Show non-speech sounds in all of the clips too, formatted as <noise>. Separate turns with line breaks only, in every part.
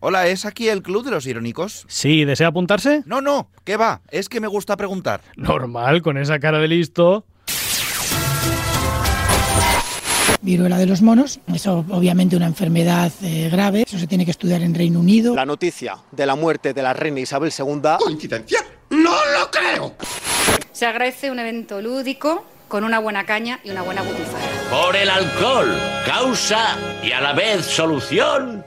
Hola, ¿es aquí el Club de los Irónicos?
Sí, ¿desea apuntarse?
No, no, ¿qué va? Es que me gusta preguntar.
Normal, con esa cara de listo.
viruela de los monos. Es obviamente una enfermedad eh, grave, eso se tiene que estudiar en Reino Unido.
La noticia de la muerte de la reina Isabel II.
¿Coincidencia? ¡No lo creo!
Se agradece un evento lúdico con una buena caña y una buena butifarra.
Por el alcohol, causa y a la vez solución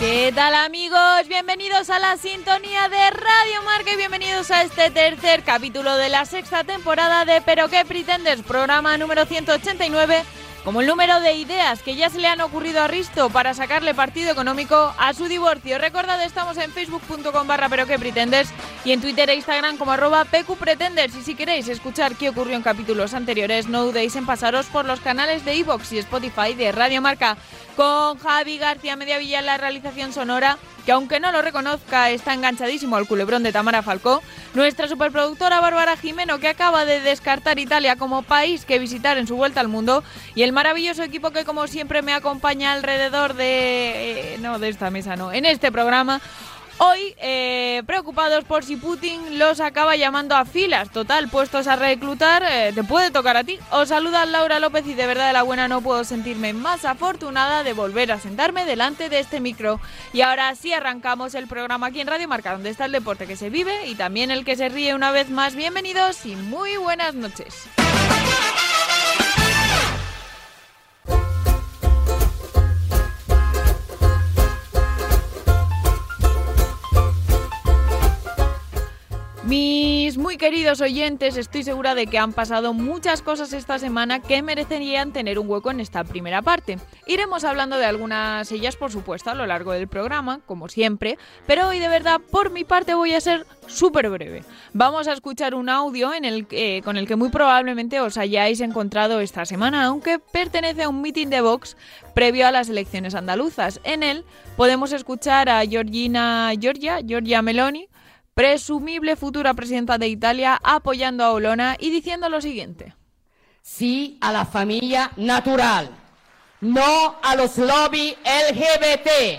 ¿Qué tal amigos? Bienvenidos a la sintonía de Radio Marca y bienvenidos a este tercer capítulo de la sexta temporada de Pero qué pretendes, programa número 189, como el número de ideas que ya se le han ocurrido a Risto para sacarle partido económico a su divorcio. Recordad, estamos en facebook.com barra pero qué pretendes y en Twitter e Instagram como arroba pqpretenders. Y si queréis escuchar qué ocurrió en capítulos anteriores, no dudéis en pasaros por los canales de iVoox y Spotify de Radio Marca con Javi García Mediavilla en la realización sonora, que aunque no lo reconozca, está enganchadísimo al culebrón de Tamara Falcó, nuestra superproductora Bárbara Jimeno, que acaba de descartar Italia como país que visitar en su vuelta al mundo, y el maravilloso equipo que como siempre me acompaña alrededor de... Eh, no, de esta mesa, no, en este programa. Hoy, eh, preocupados por si Putin los acaba llamando a filas, total, puestos a reclutar, eh, te puede tocar a ti. Os saluda Laura López y de verdad de la buena no puedo sentirme más afortunada de volver a sentarme delante de este micro. Y ahora sí arrancamos el programa aquí en Radio Marca, donde está el deporte que se vive y también el que se ríe una vez más. Bienvenidos y muy buenas noches. Mis muy queridos oyentes, estoy segura de que han pasado muchas cosas esta semana que merecerían tener un hueco en esta primera parte. Iremos hablando de algunas ellas, por supuesto, a lo largo del programa, como siempre, pero hoy de verdad, por mi parte, voy a ser súper breve. Vamos a escuchar un audio en el, eh, con el que muy probablemente os hayáis encontrado esta semana, aunque pertenece a un meeting de Vox previo a las elecciones andaluzas. En él podemos escuchar a Georgina Giorgia, Giorgia Meloni, presumible futura presidenta de Italia, apoyando a Olona y diciendo lo siguiente.
Sí a la familia natural, no a los lobbies LGBT,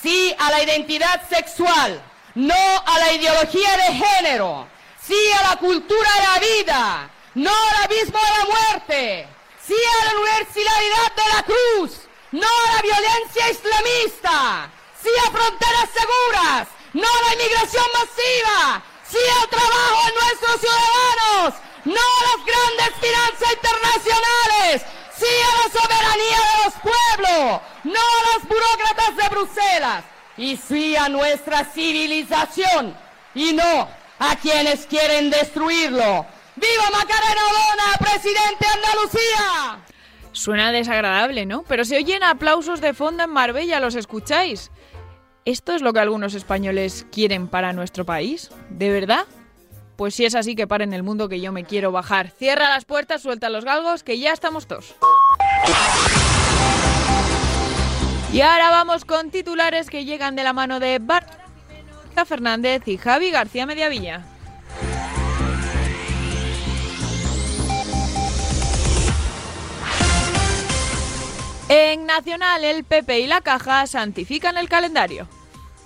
sí a la identidad sexual, no a la ideología de género, sí a la cultura de la vida, no al abismo de la muerte, sí a la universalidad de la cruz, no a la violencia islamista, sí a fronteras seguras, no a la inmigración masiva, sí al trabajo de nuestros ciudadanos, no a las grandes finanzas internacionales, sí a la soberanía de los pueblos, no a los burócratas de Bruselas, y sí a nuestra civilización, y no a quienes quieren destruirlo. ¡Viva Macarena Olona, presidente de Andalucía!
Suena desagradable, ¿no? Pero se oyen aplausos de fondo en Marbella, ¿los escucháis? ¿Esto es lo que algunos españoles quieren para nuestro país? ¿De verdad? Pues si es así, que paren el mundo que yo me quiero bajar. Cierra las puertas, suelta los galgos, que ya estamos todos. Y ahora vamos con titulares que llegan de la mano de Bart Fernández y Javi García Mediavilla. En Nacional, el PP y la Caja santifican el calendario.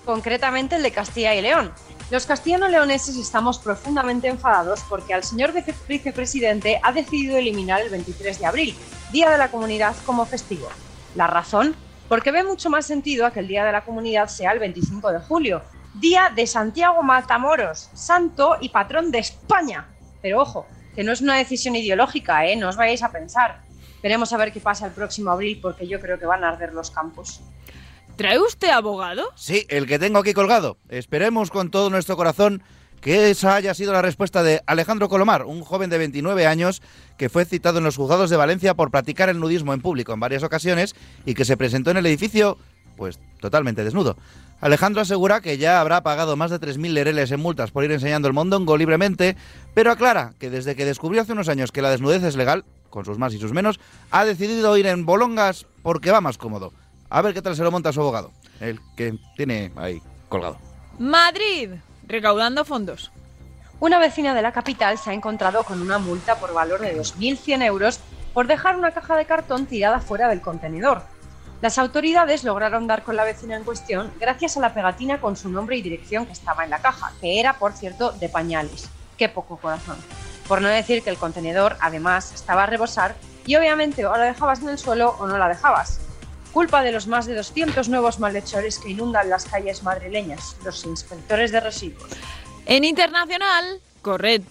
Concretamente el de Castilla y León. Los castellano-leoneses estamos profundamente enfadados porque al señor vice vicepresidente ha decidido eliminar el 23 de abril, Día de la Comunidad, como festivo. La razón, porque ve mucho más sentido a que el Día de la Comunidad sea el 25 de julio, Día de Santiago Matamoros, santo y patrón de España. Pero ojo, que no es una decisión ideológica, ¿eh? no os vayáis a pensar. Veremos a ver qué pasa el próximo abril porque yo creo que van a arder los campos.
¿Trae usted abogado?
Sí, el que tengo aquí colgado. Esperemos con todo nuestro corazón que esa haya sido la respuesta de Alejandro Colomar, un joven de 29 años que fue citado en los juzgados de Valencia por practicar el nudismo en público en varias ocasiones y que se presentó en el edificio, pues totalmente desnudo. Alejandro asegura que ya habrá pagado más de 3.000 lereles en multas por ir enseñando el mondongo libremente, pero aclara que desde que descubrió hace unos años que la desnudez es legal, con sus más y sus menos, ha decidido ir en bolongas porque va más cómodo. A ver qué tal se lo monta su abogado, el que tiene ahí colgado.
Madrid, recaudando fondos.
Una vecina de la capital se ha encontrado con una multa por valor de 2.100 euros por dejar una caja de cartón tirada fuera del contenedor. Las autoridades lograron dar con la vecina en cuestión gracias a la pegatina con su nombre y dirección que estaba en la caja, que era, por cierto, de pañales. Qué poco corazón. Por no decir que el contenedor, además, estaba a rebosar y obviamente o la dejabas en el suelo o no la dejabas. Culpa de los más de 200 nuevos malhechores que inundan las calles madrileñas, los inspectores de residuos.
En internacional, corred,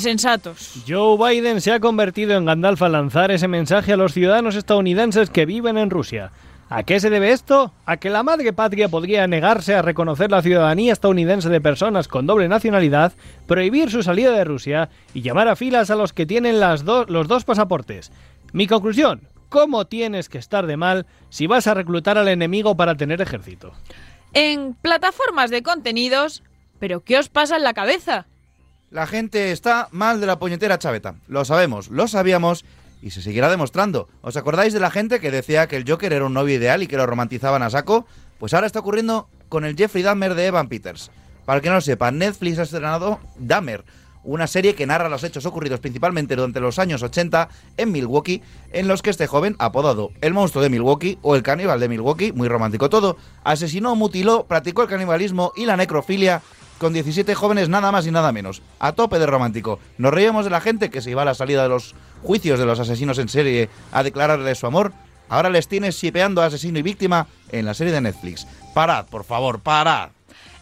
insensatos.
Joe Biden se ha convertido en Gandalf al lanzar ese mensaje a los ciudadanos estadounidenses que viven en Rusia. ¿A qué se debe esto? A que la madre patria podría negarse a reconocer la ciudadanía estadounidense de personas con doble nacionalidad, prohibir su salida de Rusia y llamar a filas a los que tienen las do- los dos pasaportes. Mi conclusión, ¿cómo tienes que estar de mal si vas a reclutar al enemigo para tener ejército?
En plataformas de contenidos, ¿pero qué os pasa en la cabeza?
La gente está mal de la puñetera chaveta. Lo sabemos, lo sabíamos y se seguirá demostrando. ¿Os acordáis de la gente que decía que el Joker era un novio ideal y que lo romantizaban a saco? Pues ahora está ocurriendo con el Jeffrey Dahmer de Evan Peters. Para el que no lo sepa, Netflix ha estrenado Dahmer, una serie que narra los hechos ocurridos principalmente durante los años 80 en Milwaukee, en los que este joven, apodado el monstruo de Milwaukee o el caníbal de Milwaukee, muy romántico todo, asesinó, mutiló, practicó el canibalismo y la necrofilia con 17 jóvenes nada más y nada menos. A tope de romántico. Nos reíamos de la gente que se iba a la salida de los juicios de los asesinos en serie a declararle su amor. Ahora les tienes sipeando a asesino y víctima en la serie de Netflix. Parad, por favor, parad.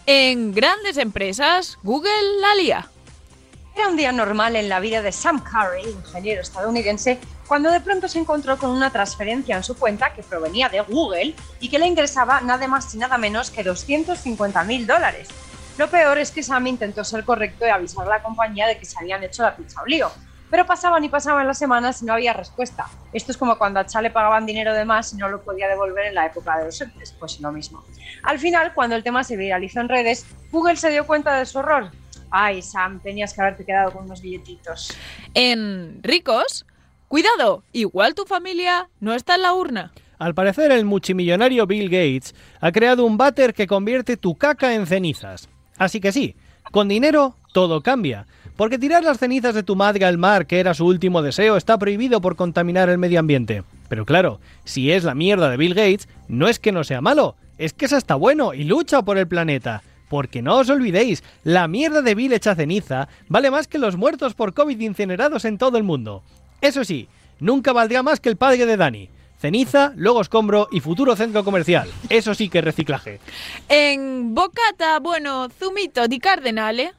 En grandes empresas, Google la lía.
Era un día normal en la vida de Sam Curry, ingeniero estadounidense, cuando de pronto se encontró con una transferencia en su cuenta que provenía de Google y que le ingresaba nada más y nada menos que 250 mil dólares. Lo peor es que Sam intentó ser correcto y avisar a la compañía de que se habían hecho la pizza oblío. Pero pasaban y pasaban las semanas y no había respuesta. Esto es como cuando a Cha le pagaban dinero de más y no lo podía devolver en la época de los ERTES, pues lo mismo. Al final, cuando el tema se viralizó en redes, Google se dio cuenta de su error. Ay, Sam, tenías que haberte quedado con unos billetitos.
En ricos, cuidado, igual tu familia no está en la urna.
Al parecer, el multimillonario Bill Gates ha creado un váter que convierte tu caca en cenizas. Así que sí, con dinero todo cambia. Porque tirar las cenizas de tu madre al mar, que era su último deseo, está prohibido por contaminar el medio ambiente. Pero claro, si es la mierda de Bill Gates, no es que no sea malo, es que es hasta bueno y lucha por el planeta. Porque no os olvidéis, la mierda de Bill hecha ceniza vale más que los muertos por COVID incinerados en todo el mundo. Eso sí, nunca valdrá más que el padre de Dani. Ceniza, luego escombro y futuro centro comercial. Eso sí que es reciclaje.
En bocata, bueno, zumito di cardenale.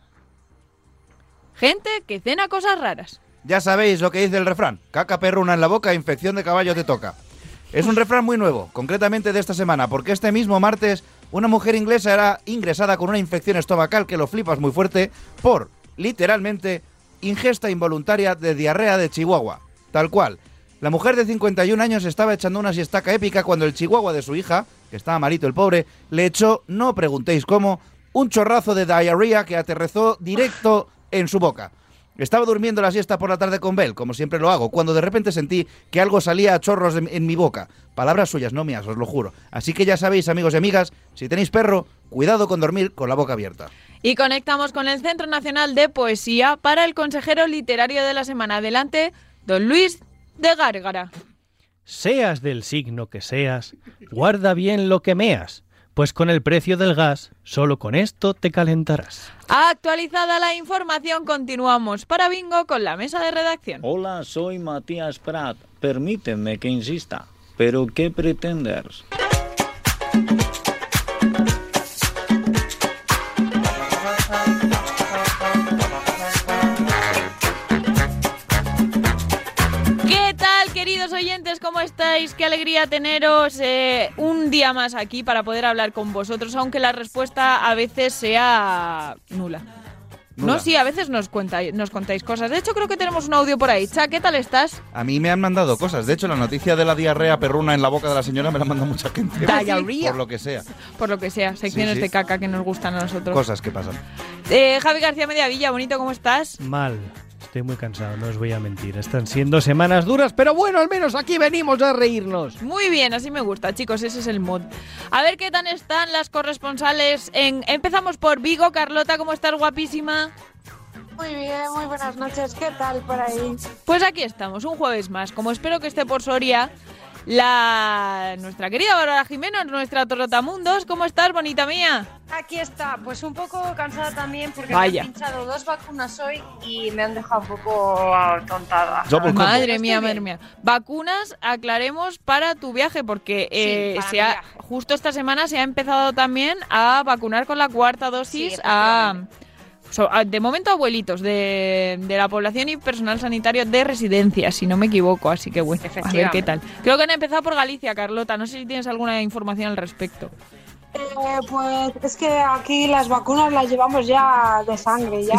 Gente que cena cosas raras.
Ya sabéis lo que dice el refrán. Caca perruna en la boca, infección de caballo te toca. Es un refrán muy nuevo, concretamente de esta semana, porque este mismo martes una mujer inglesa era ingresada con una infección estomacal que lo flipas muy fuerte por, literalmente, ingesta involuntaria de diarrea de Chihuahua. Tal cual. La mujer de 51 años estaba echando una siestaca épica cuando el chihuahua de su hija, que estaba malito el pobre, le echó, no preguntéis cómo, un chorrazo de diarrea que aterrizó directo en su boca. Estaba durmiendo la siesta por la tarde con Bell, como siempre lo hago, cuando de repente sentí que algo salía a chorros de- en mi boca. Palabras suyas, no mías, os lo juro. Así que ya sabéis, amigos y amigas, si tenéis perro, cuidado con dormir con la boca abierta.
Y conectamos con el Centro Nacional de Poesía para el consejero literario de la semana. Adelante, don Luis de Gárgara.
Seas del signo que seas, guarda bien lo que meas, pues con el precio del gas, solo con esto te calentarás.
Actualizada la información, continuamos para Bingo con la mesa de redacción.
Hola, soy Matías Prat. Permíteme que insista. ¿Pero qué pretendes?
¿Qué tal, queridos oyentes? ¿Cómo estáis? Qué alegría teneros eh, un día más aquí para poder hablar con vosotros, aunque la respuesta a veces sea nula. No, sí, a veces nos, cuenta, nos contáis cosas. De hecho, creo que tenemos un audio por ahí. Cha, ¿qué tal estás?
A mí me han mandado cosas. De hecho, la noticia de la diarrea perruna en la boca de la señora me la manda mucha gente.
<laughs> Diarrea.
Por lo que sea.
Por lo que sea, secciones
sí.
de caca que nos gustan a nosotros.
Cosas que pasan.
Eh, Javi García Mediavilla, bonito, ¿cómo estás?
Mal. Estoy muy cansado, no os voy a mentir. Están siendo semanas duras, pero bueno, al menos aquí venimos a reírnos.
Muy bien, así me gusta, chicos, ese es el mod. A ver qué tan están las corresponsales. En... Empezamos por Vigo, Carlota, ¿cómo estás, guapísima?
Muy bien, muy buenas noches. ¿Qué tal por ahí?
Pues aquí estamos, un jueves más. Como espero que esté por Soria, la nuestra querida Bárbara Jiménez, nuestra Torotamundos, ¿cómo estás, bonita mía?
Aquí está, pues un poco cansada también porque
Vaya.
me han pinchado dos vacunas hoy y me han dejado un poco ah, tontada.
Double combo.
Madre mía,
Estoy
madre
bien.
mía. Vacunas, aclaremos para tu viaje, porque eh,
para
se
mi
ha-
viaje.
justo esta semana se ha empezado también a vacunar con la cuarta dosis a, so- a- de momento, abuelitos de, de la población y personal sanitario de residencias, si no me equivoco. Así que bueno, a ver qué
Efectivamente.
tal. Creo que han empezado por Galicia, Carlota. No sé si tienes alguna información al respecto.
Eh, pues es que aquí las vacunas las llevamos ya de sangre, ya.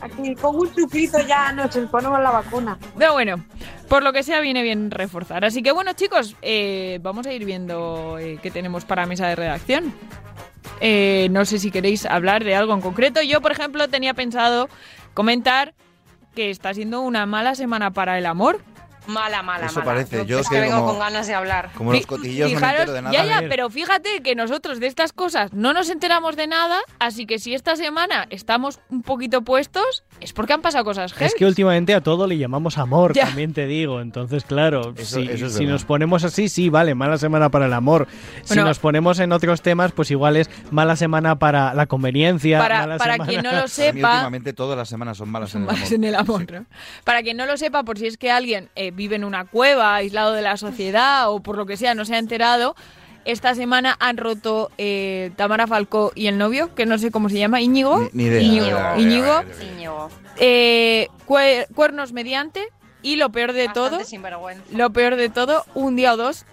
Aquí con un chupito ya nos ponemos la vacuna.
Pero bueno, por lo que sea viene bien reforzar. Así que bueno, chicos, eh, vamos a ir viendo eh, qué tenemos para mesa de redacción. Eh, no sé si queréis hablar de algo en concreto. Yo, por ejemplo, tenía pensado comentar que está siendo una mala semana para el amor.
Mala, mala,
Eso
mala.
parece, yo
es
es
que,
que
vengo
como-
con ganas de hablar.
Como los cotillos no me
Fijaros-
entero de nada.
ya, ya, pero fíjate que nosotros de estas cosas no nos enteramos de nada, así que si esta semana estamos un poquito puestos, es porque han pasado cosas heavy.
Es que últimamente a todo le llamamos amor,
Ya.
también te digo. Entonces, claro,
Eso-
si,
eso es
si
verdad.
nos ponemos así, sí, vale, mala semana para el amor. Si
Bueno.
nos ponemos en otros temas, pues igual es mala semana para la conveniencia.
para
mala
para
semana- <laughs>
quien no lo
A mí
sepa,
últimamente todas las semanas son malas en el
Más
amor.
en el amor, ¿no? Para quien no lo sepa, por si es que alguien eh, vive en una cueva, aislado de la sociedad o por lo que sea, no se ha enterado, esta semana han roto eh, Tamara Falcó y el novio, que no sé cómo se llama, Íñigo.
Ni idea.
Íñigo.
Vale, vale,
Íñigo,
vale.
eh, cuer- cuernos mediante y lo peor de
Bastante
todo,
sinvergüenza.
lo peor de todo, un día o dos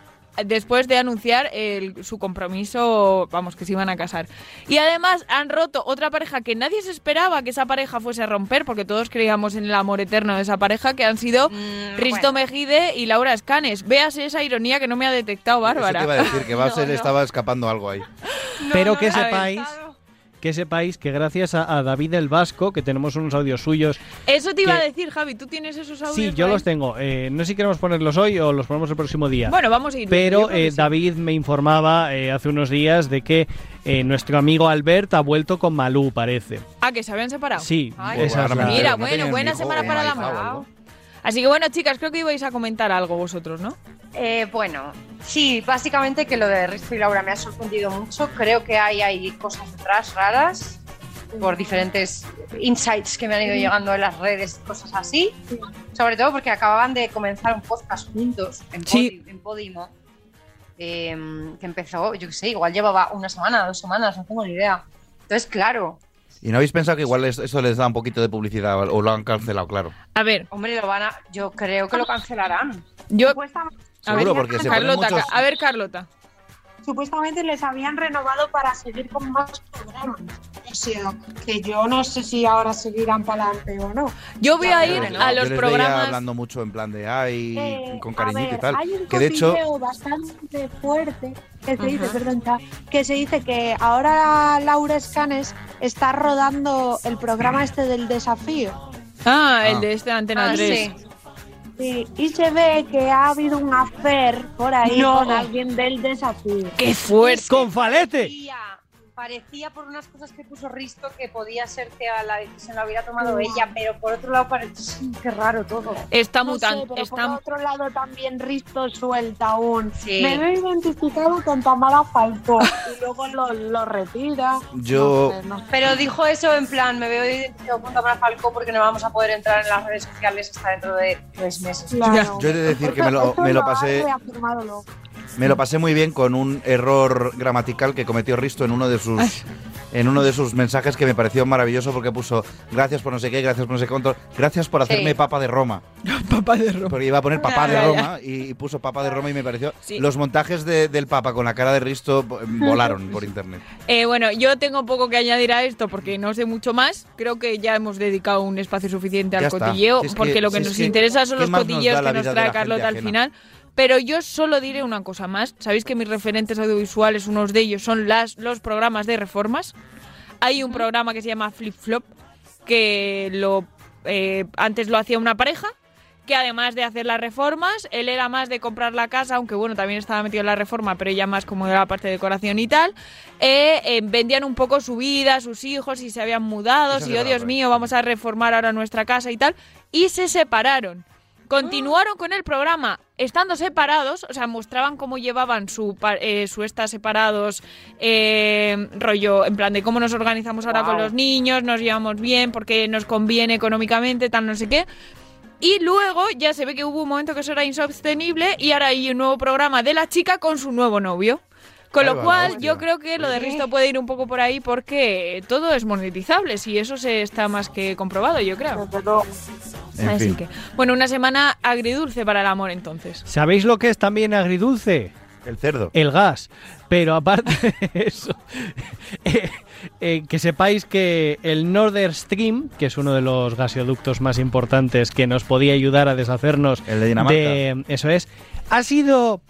después de anunciar el- su compromiso, vamos, que se iban a casar. Y además han roto otra pareja que nadie se esperaba que esa pareja fuese a romper, porque todos creíamos en el amor eterno de esa pareja, que han sido
Mm,
Risto Mejide y Laura Escanes. Véase esa ironía que no me ha detectado Bárbara.
Eso te iba a decir que Basel
<laughs>
estaba escapando algo ahí.
Pero que
no lo he
sepáis. Que sepáis que gracias a, a David el Vasco, que tenemos unos audios suyos.
Eso te iba
que-
a decir, Javi, tú tienes esos audios.
Sí, yo
por ahí?
los tengo. Eh, no sé si queremos ponerlos hoy o los ponemos el próximo día.
Bueno, vamos a ir. viendo, yo
Pero
creo que
eh,
sí.
David me informaba eh, hace unos días de que eh, nuestro amigo Albert ha vuelto con Malú, parece.
Ah, que se habían separado.
Sí, pues,
Ay,
esa es la-
Mira,
No
bueno,
tenían
buena
hijo
semana
o
para la
hija o algo.
amor. Así que bueno, chicas, creo que ibais a comentar algo vosotros, ¿no?
Eh, bueno, sí, básicamente que lo de Risto y Laura me ha sorprendido mucho. Creo que hay, hay cosas detrás raras por diferentes insights que me han ido llegando en las redes, cosas así. Sobre todo porque acababan de comenzar un podcast juntos en,
Sí.
Podi- en Podimo, em, que empezó, yo qué sé, igual llevaba una semana, dos semanas, no tengo ni idea. Entonces, claro,
¿Y no habéis pensado que igual es- eso les da un poquito de publicidad o lo han cancelado, claro?
A ver,
hombre, lo van a, yo creo que lo cancelarán.
Yo.
A ver, Seguro, porque se ponen
Carlota,
muchos-
ca- a ver, Carlota.
Supuestamente les habían renovado para seguir con más programas. O sea, que yo no sé si ahora seguirán para adelante o no.
Yo voy a
Yo
ir
les-
a
yo les
los
veía
programas.
hablando mucho en plan de ay,
Eh,
con
a
cariñito
ver,
y tal.
Hay un
Que de hecho,
cotilleo bastante fuerte que se dice,
Ajá.
perdón, Cha, que se dice que ahora Laura Escanes está rodando el programa este del desafío.
Ah, el
Ah.
de este de Antena
Ah,
3.
Sí, y se ve que ha habido un affair por ahí
No.
con alguien del desafío.
¡Qué fuerte!
¡Con falete!
parecía, parecía por unas cosas que puso Risto que podía ser que a la decisión la hubiera tomado ella, pero por otro lado parece qué raro todo.
Está
No sé,
mutante.
pero por
está...
otro lado también Risto suelta un
Sí.
me veo identificado con Tamara Falcó y luego lo, lo retira.
yo.
No sé, no sé.
Pero dijo eso en plan, me veo identificado con Tamara Falcó porque no vamos a poder entrar en las redes sociales hasta dentro de tres meses.
Claro.
Yo he de decir que me
<laughs>
lo,
Esto
me lo
ha
pasé
reafirmado luego.
me lo pasé muy bien con un error gramatical que cometió Risto en uno de sus en uno de sus mensajes que me pareció maravilloso porque puso gracias por no sé qué, gracias por no sé cuánto, gracias por
Sí.
hacerme papa de Roma.
<laughs> Papá de Roma.
Porque iba a poner papá de
Ya, ya.
Roma y, y puso papá de Roma y me pareció...
Sí.
Los montajes de- del papa con la cara de Risto eh, volaron
<laughs>
por internet.
Eh, bueno, yo tengo poco que añadir a esto porque no sé mucho más. Creo que ya hemos dedicado un espacio suficiente al
Ya está.
cotilleo,
Si es que-
porque lo que
si es
nos
que,
interesa son
¿qué
los
más nos
cotilleos
da la
que nos
vida de
trae
la gente
Carlota al
ajena?
final. Pero yo solo diré una cosa más. Sabéis que mis referentes audiovisuales, unos de ellos son las, los programas de reformas. Hay un programa que se llama Flip Flop, que lo eh, antes lo hacía una pareja, que además de hacer las reformas, él era más de comprar la casa, aunque bueno, también estaba metido en la reforma, pero ya más como de la parte de decoración y tal, eh, eh, vendían un poco su vida, sus hijos, y se habían mudado,
Eso
si,
es
oh
verdad,
Dios mío, vamos a reformar ahora nuestra casa y tal, y se separaron. Continuaron con el programa estando separados, o sea, mostraban cómo llevaban su, pa- eh, su estar separados, eh, rollo, en plan de cómo nos organizamos ahora con
Guau.
los niños, nos llevamos bien, porque nos conviene económicamente, tal, no sé qué. Y luego ya se ve que hubo un momento que eso era insostenible y ahora hay un nuevo programa de la chica con su nuevo novio. Con
Ahí
lo
va,
cual,
hostia.
yo creo que lo de Risto puede ir un poco por ahí porque todo es monetizable, si eso se está más que comprobado, yo creo.
En
Así
fin.
que, bueno, una semana agridulce para el amor entonces.
¿Sabéis lo que es también agridulce?
El cerdo.
El gas. Pero aparte <laughs> de eso, eh, eh, que sepáis que el Nord Stream, que es uno de los gasoductos más importantes que nos podía ayudar a deshacernos
El de Dinamarca.
de- eso es, ha sido,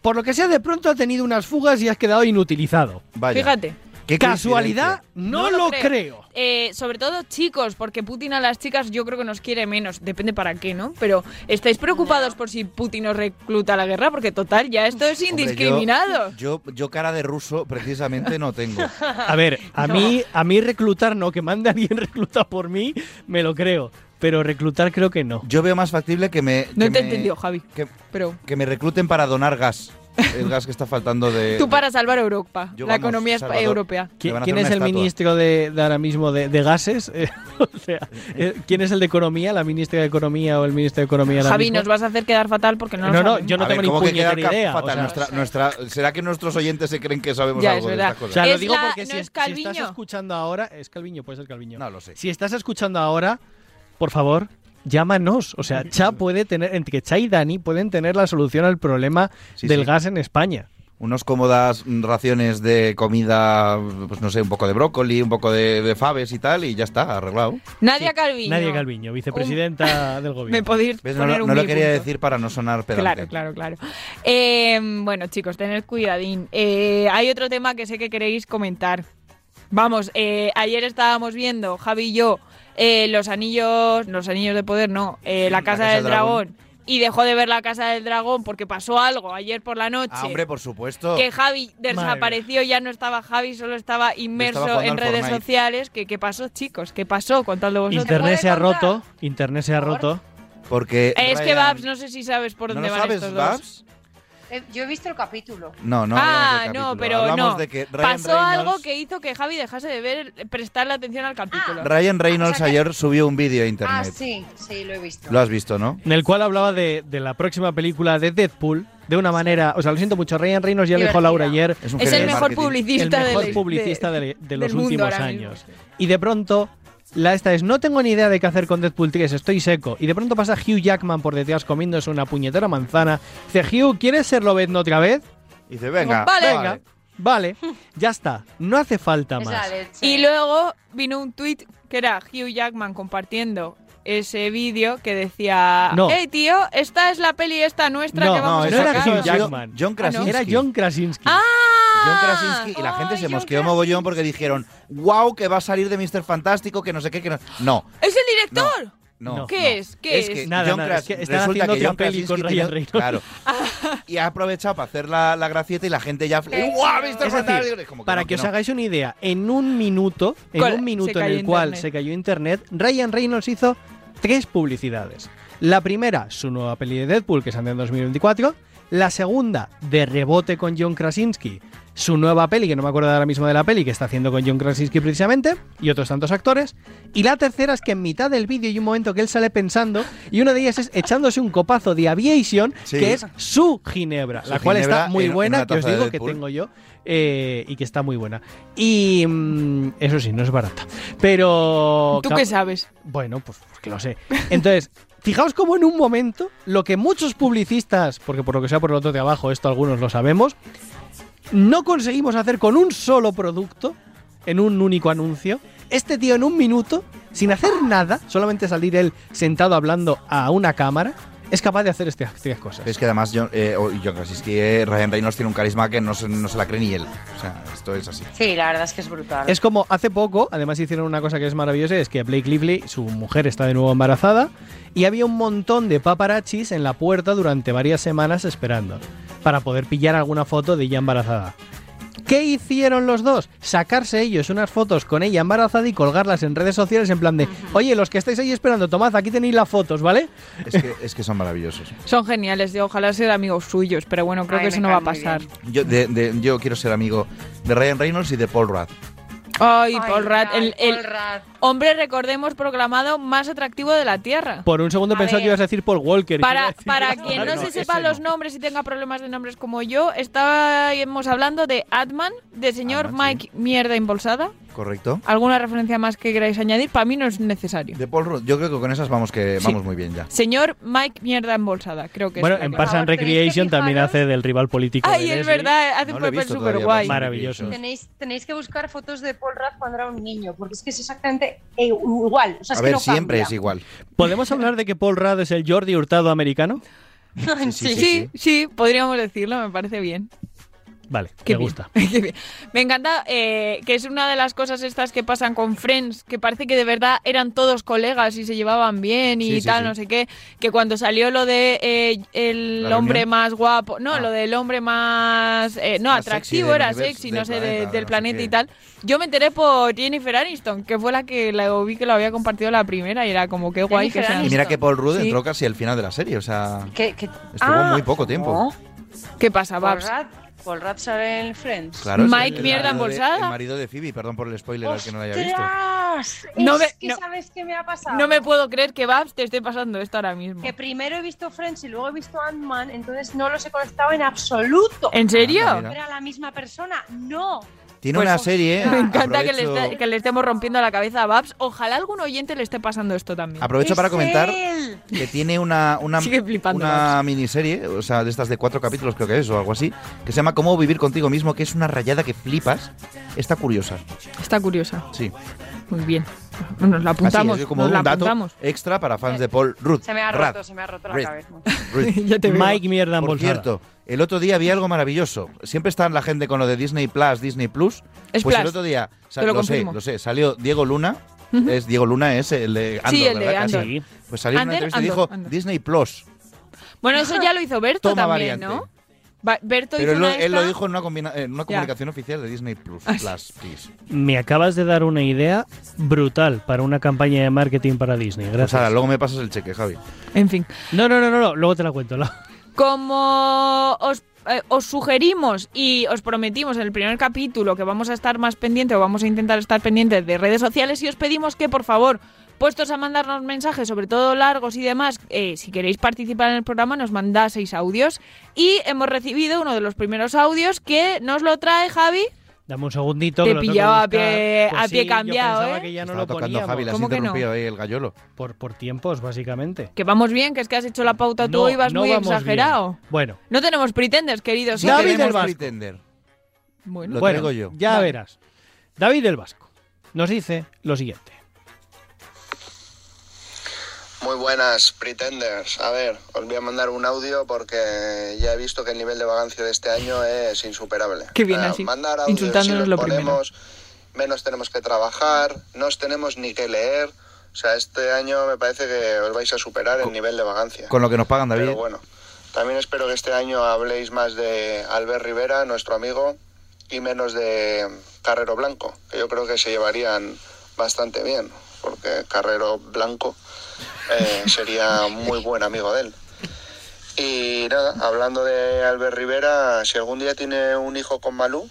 por lo que sea, de pronto ha tenido unas fugas y has quedado inutilizado.
Vaya.
Fíjate.
Qué
Casualidad, no, lo creo.
Eh, sobre todo chicos, porque Putin a las chicas yo creo que nos quiere menos. Depende para qué, ¿no? Pero estáis preocupados por si Putin nos recluta a la guerra, porque total, ya esto es
Hombre, yo-
indiscriminado.
Yo, yo cara de ruso precisamente no tengo.
A ver,
<laughs>
a
No.
mí a mí reclutar no, que mande a alguien <laughs> recluta por mí, me lo creo, pero reclutar creo que no.
Yo veo más factible que me
<laughs> no
que
te he
me-
entendido, Javi. pero
que me recluten para donar gas. El gas que está faltando de
tú para salvar Europa,
Yo,
la
vamos,
economía espa-
Salvador.
europea.
Le
¿Qui-
van a
¿Quién
hacer una
es el
estatua.
ministro de, de ahora mismo de, de gases? <laughs> Eh, o sea, eh, ¿quién es el de Economía? ¿La ministra de Economía o el ministro de Economía ahora
Javi,
mismo?
nos vas a hacer quedar fatal porque no lo
No, no,
sabemos.
yo no
A ver,
tengo ni
¿cómo que queda
puñetera
cap-
idea.
fatal?
o sea,
Nuestra- nuestra- ¿Será que nuestros oyentes se creen que sabemos
Ya,
algo
es
de
verdad.
estas cosas?
O sea, lo
Es
digo
la-
porque
no
si,
es
si estás
Calviño.
escuchando ahora, es Calviño, puede ser Calviño.
No lo sé.
Si estás escuchando ahora, por favor, llámanos. O sea, Cha puede tener, entre Cha y Dani pueden tener la solución al problema
Sí,
del
sí.
gas en España.
Unos cómodas mm, raciones de comida, pues no sé, un poco de brócoli, un poco de, de faves y tal, y ya está, arreglado.
Nadia Calviño.
Nadia Calviño, vicepresidenta <laughs> del gobierno.
Me podéis
¿Ves? No,
poner
lo-
un
no lo
mil
quería
puntos.
decir para no sonar pedante.
Claro, claro, claro. Eh, bueno, chicos, tened cuidadín. Eh, hay otro tema que sé que queréis comentar. Vamos, eh, ayer estábamos viendo, Javi y yo, eh, los anillos, los anillos de poder, no, eh, la, casa del dragón. Y dejó de ver la casa del dragón porque pasó algo ayer por la noche.
Ah, hombre, por supuesto.
Que Javi
Madre mía.
desapareció, ya no estaba Javi, solo estaba inmerso
jugando
en
al
redes
Fortnite.
sociales. ¿Qué, ¿Qué pasó, chicos? ¿Qué pasó? Contadlo vosotros.
Internet se ha roto. Internet se ha roto.
Porque.
Eh, Es que Babs, no sé si sabes por
¿No
dónde
lo
van
sabes,
estos dos.
Babs?
Eh, yo he visto el capítulo.
No, no. hablamos
ah,
del
no,
capítulo.
pero
Hablamos
no.
de que Ryan
Pasó
Reynolds- Ah.
algo que hizo que Javi dejase de ver, prestarle atención al capítulo.
Ryan Reynolds ayer subió un vídeo a
Ah,
internet.
Ah, sí, sí, lo he visto.
Lo has visto, ¿no?
En el cual hablaba de, de la próxima película de Deadpool de una manera. O sea, lo siento mucho, Ryan Reynolds ya lo dijo
Divertida.
Laura ayer.
Es un Es genio el del mejor marketing. publicista
El
de
mejor
la-
publicista
de-
de, de los
del mundo
últimos
ahora mismo.
años. Y de pronto. La esta es, no tengo ni idea de qué hacer con Deadpool 3, estoy seco. Y de pronto pasa Hugh Jackman por detrás comiéndose una puñetera manzana. Dice, Hugh, ¿quieres ser Lobezno otra vez?
Y dice, venga,
vale,
vale.
venga, vale, ya está, no hace
<laughs>
falta más.
Y luego vino un tuit que era Hugh Jackman compartiendo ese vídeo que decía,
No.
hey tío, esta es la peli esta nuestra que vamos
no
a
era
sacar.
Hugh
Hugh
Jackman. John Krasinski.
Era John Krasinski.
John
Ah,
Krasinski y la gente se mosqueó mogollón porque dijeron, wow, que va a salir de Mr. Fantástico, que no sé qué, que no. No,
¿Es el director?
no.
¿Qué
no.
es? ¿Qué es?
que
Nada,
John
nada,
Kras-
es que están
resulta
haciendo
que
otra
John
peli
Krasinski
con
tiene-
Ryan Reynolds.
<laughs>
Claro. y ha aprovechado para hacer la, la gracieta y la gente ya. ¡Guau, Mr.
Es decir,
Fantástico! Es como que
para
no,
que
que
os
no.
hagáis una idea, en un minuto, en
Col-
un
se
minuto en
cayó
el cual
internet.
se cayó internet, Ryan Reynolds hizo tres publicidades. La primera, su nueva peli de Deadpool que sale en 2024. La segunda, de rebote con John Krasinski, su nueva peli, que no me acuerdo ahora mismo de la peli, que está haciendo con John Krasinski precisamente, y otros tantos actores. Y la tercera es que en mitad del vídeo hay un momento que él sale pensando, y una de ellas es echándose un copazo de Aviation,
Sí.
que es su ginebra,
Su
la cual
ginebra
está muy
en- en
buena,
una
que os
taza de
digo que
Deadpool.
tengo yo, eh, y que está muy buena. Y mm, eso sí, no es barata. Pero...
¿Tú
ca-
qué sabes?
Bueno, pues porque lo sé. Entonces, <laughs> fijaos cómo en un momento, lo que muchos publicistas, porque por lo que sea por el otro de abajo, esto algunos lo sabemos, no conseguimos hacer con un solo producto, en un único anuncio, este tío en un minuto, sin hacer nada, solamente salir él sentado hablando a una cámara, es capaz de hacer este- estas cosas.
Es que además John, eh, o- John Krasinski, eh, Ryan Reynolds tiene un carisma que no se, no se la cree ni él. O sea, esto es así.
Sí, la verdad es que es brutal.
Es como hace poco, además hicieron una cosa que es maravillosa, es que Blake Lively, su mujer está de nuevo embarazada, y había un montón de paparachis en la puerta durante varias semanas esperando, para poder pillar alguna foto de ella embarazada. ¿Qué hicieron los dos? Sacarse ellos unas fotos con ella embarazada y colgarlas en redes sociales en plan de, oye, los que estáis ahí esperando, tomad, aquí tenéis las fotos, ¿vale?
Es que, es que son maravillosos.
Son geniales, yo ojalá ser amigos suyos, pero bueno, creo
Ay,
que
me
eso no va a
caen muy
pasar.
Yo, de- de- yo quiero ser amigo de Ryan Reynolds y de Paul Rudd.
Ay, Paul Rudd, el,
Paul
el hombre, recordemos, proclamado más atractivo de la Tierra.
Por un segundo
A
pensaba
ver.
que ibas a decir Paul Walker. y iba a
Para,
decir-
para quien no
No,
se
ese
sepa
no.
los nombres y tenga problemas de nombres como yo, estábamos hablando de Atman, de señor Mike Mierda Embolsada.
¿Correcto?
¿Alguna referencia más que queráis añadir? Para mí no es necesario.
De Paul Rudd. Yo creo que con esas vamos que vamos muy bien ya.
Señor Mike Mierda Embolsada, creo que
Bueno,
es. la
en
que-
Parks and Recreation también hace del rival político. de
Ay, es
Leslie.
verdad, hace un papel súper guay.
Maravilloso.
Tenéis, tenéis que buscar fotos de Paul Rudd cuando era un niño, porque es que es exactamente eh, igual. O sea, es
A
que
ver,
no
siempre
cambia.
Es igual.
¿Podemos
<laughs>
hablar de que Paul Rudd es el Jordi Hurtado americano?
Sí,
sí, sí,
sí, podríamos decirlo, me parece bien.
Vale,
<laughs> Qué
me
bien.
gusta.
Me encanta eh, que es una de las cosas estas que pasan con Friends, que parece que de verdad eran todos colegas y se llevaban bien y
Sí, sí,
tal,
sí.
no sé qué, que cuando salió lo de eh, el
¿La
hombre
reunión? Ah.
más guapo, no, lo del hombre más, eh, no,
Más sexy
atractivo,
del
era
universo-
sexy,
del
no sé, de-
planeta,
del
no sé
planeta
qué.
y tal, yo me enteré por Jennifer Aniston, que fue la que la vi que lo había compartido la primera y era como qué guay que sea.
Y mira que Paul Rudd
Sí.
entró casi al final de la serie. O sea,
¿Qué, qué-
estuvo
Ah,
muy poco tiempo.
¿Qué pasa,
Paul
Ah, Babs?
Rudd, Paul Rudd sale en Friends.
Claro, es
Mike
el
Mierda
marido de-
Embolsada.
El marido de Phoebe, perdón por el spoiler al que no lo haya visto.
¡Ostras!
No
es
me-
que
no-
sabes qué me ha pasado.
No me puedo creer que Babs te esté pasando esto ahora mismo.
Que primero he visto Friends y luego he visto Ant-Man, entonces no los he conectado en absoluto.
¿En serio?
Ah, mira.
¿Era la misma persona? No.
Tiene una serie.
Pues Me encanta que le,
aprovecho-
esté- que le estemos rompiendo la cabeza a Babs. Ojalá algún oyente le esté pasando esto también.
Aprovecho para comentar que tiene una, una,
flipando,
una miniserie, o sea, de estas de cuatro capítulos creo que es, o algo así, que se llama Cómo vivir contigo mismo, que es una rayada que flipas. Está curiosa,
Está curiosa.
sí.
Muy bien. Nos la
Así,
apuntamos.
es como
nos la
un dato
apuntamos.
extra para fans de Paul Rudd.
Eh, Se me ha
Rudd,
roto, se me ha roto la
Rudd,
cabeza.
<laughs>
<laughs>
Rudd.
Ya te veo. Mike mierda
Por
embolsada.
cierto, el otro día vi algo maravilloso. Siempre está la gente con lo de Disney Plus, Disney Plus.
Es
pues el
Plus.
otro día, sa-
Te lo
lo, sé,
confirmo.
lo sé, salió Diego Luna.
Ujú.
Es Diego Luna es el de Andor,
Sí, el de
¿verdad? Casi.
Andor. Sí.
Pues salió en una
Ander,
entrevista y
Andor,
dijo Disney Plus.
Bueno, eso ya lo hizo Berto
Toma
también,
variante.
¿no? Ba- Berto
Pero
hizo
él lo,
una
él lo
esta-
dijo en una, combina- en una
Ya.
comunicación oficial de Disney Plus.
Ah, sí.
Plus, please.
Me acabas de dar una idea brutal para una campaña de marketing para Disney. Gracias.
Pues ahora, luego me pasas el cheque, Javi.
En fin.
No, no, no, no, no, luego te la cuento. la-
Como os, eh, os sugerimos y os prometimos en el primer capítulo que vamos a estar más pendientes o vamos a intentar estar pendientes de redes sociales y os pedimos que por favor, puestos a mandarnos mensajes, sobre todo largos y demás, eh, si queréis participar en el programa nos mandaseis audios y hemos recibido uno de los primeros audios que nos lo trae Javi.
<laughs> Dame un segundito.
Te
que lo tengo que
pillaba a
buscar.
pie-
Pues
a pie
sí,
cambiado,
yo pensaba
¿eh?
que ya no
Estaba
lo
tocando
poníamos.
Javi, le has
¿Cómo que no?
interrumpido ahí el gallolo.
Por, por tiempos, básicamente.
Que vamos bien, que es que has hecho la pauta tú
No,
y vas
no
muy
vamos bien.
exagerado.
Bueno,
No tenemos pretenders, queridos.
Sí
¿eh?
tenemos
del Vasco.
Pretender.
Bueno.
Lo
bueno,
traigo yo.
ya
Vale.
verás. David del Vasco nos dice lo siguiente.
Muy buenas, Pretenders. A ver, os voy a mandar un audio porque ya he visto que el nivel de vagancia de este año es insuperable.
Qué bien
O sea,
así,
Mandar audios,
insultándonos
si
lo
los
primero.
ponemos, menos tenemos que trabajar, no os tenemos ni que leer. O sea, este año me parece que os vais a superar el nivel de vagancia.
Con lo que nos pagan, David.
Pero bueno, también espero que este año habléis más de Albert Rivera, nuestro amigo, y menos de Carrero Blanco, que yo creo que se llevarían bastante bien, porque Carrero Blanco eh, sería muy buen amigo de él. Y nada, hablando de Albert Rivera, si algún día tiene un hijo con Malú,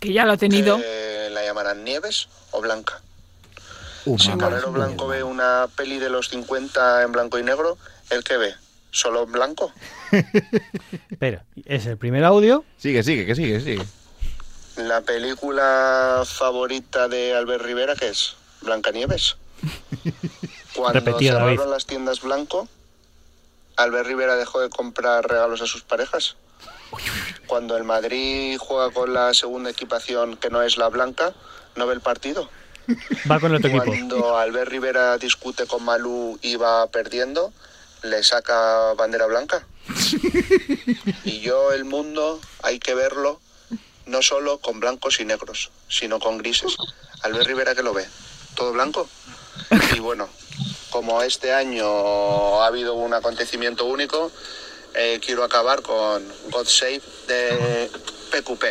que ya lo ha tenido.
Eh, la llamarán Nieves o Blanca.
Una
si Carrero
maravilla.
Blanco ve una peli de los 50 en blanco y negro, ¿el qué ve? ¿Solo en blanco?
Espera, ¿es el primer audio?
Sigue, sigue, que sigue, sigue.
¿La película favorita de Albert Rivera qué es? ¿Blancanieves? Cuando
Repetido,
cerraron
David.
las tiendas blanco, Albert Rivera dejó de comprar regalos a sus parejas. Cuando el Madrid juega con la segunda equipación que no es la blanca, no ve el partido.
Va con
<laughs>
el otro equipo.
Cuando Albert Rivera discute con Malú y va perdiendo, le saca bandera blanca. Y yo el mundo hay que verlo no solo con blancos y negros, sino con grises. Albert Rivera que lo ve, todo blanco. Y bueno, como este año ha habido un acontecimiento único, eh, quiero acabar con God Save de PQP.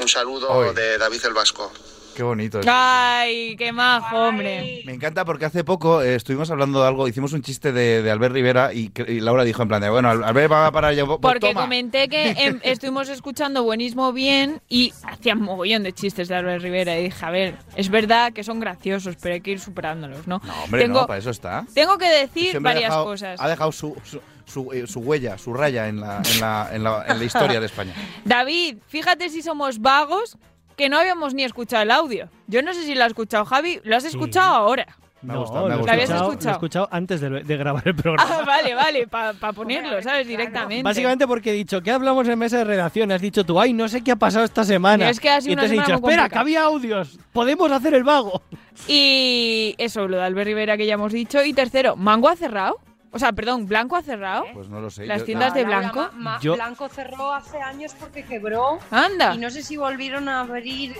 Un saludo
Oy.
de David el Vasco.
Qué bonito.
Ah. Ay, qué majo, hombre.
Me encanta porque hace poco eh, estuvimos hablando de algo, hicimos un chiste de, de Albert Rivera y, cre- y Laura dijo en plan de, bueno, Al- Albert va a parar ya, pues
Porque
toma.
comenté que
<laughs>
em, estuvimos escuchando Buenismo Bien y hacían mogollón de chistes de Albert Rivera. Y dije, a ver, es verdad que son graciosos, pero hay que ir superándolos, ¿no?
No, hombre,
tengo,
no, para eso está.
tengo que decir
Siempre ha
varias
dejado-
cosas.
Ha dejado su, su, su, eh, su huella, su raya en la, en, la, en, la, en la historia de España.
David, fíjate si somos vagos que no habíamos ni escuchado el audio. Yo no sé si lo has escuchado, Javi. Lo has escuchado ahora.
Me ha
No,
gustado, me ha
lo he
¿La habías
escuchado- lo he
escuchado?
escuchado antes de, de grabar el
<laughs>
programa.
Ah, vale, vale, para
<laughs>
ponerlo, ¿sabes? Directamente.
Básicamente porque he dicho, ¿qué hablamos en mesa de redacción? Has dicho tú, ay, no sé qué ha pasado esta semana.
Y es que ha
y
sido una
entonces he
semana
dicho,
muy
espera, que
complicada".
había audios. Podemos hacer el vago. <laughs>
Y eso, lo de Albert Rivera que ya hemos dicho. Y tercero, ¿Mango ha cerrado? O sea, perdón, ¿Blanco ha cerrado?
¿Eh?
Pues no lo sé.
¿Las
yo-
tiendas de
Laura,
blanco?
ma- ma-
Yo-
Blanco cerró hace años porque quebró.
Anda.
Y no sé si volvieron a abrir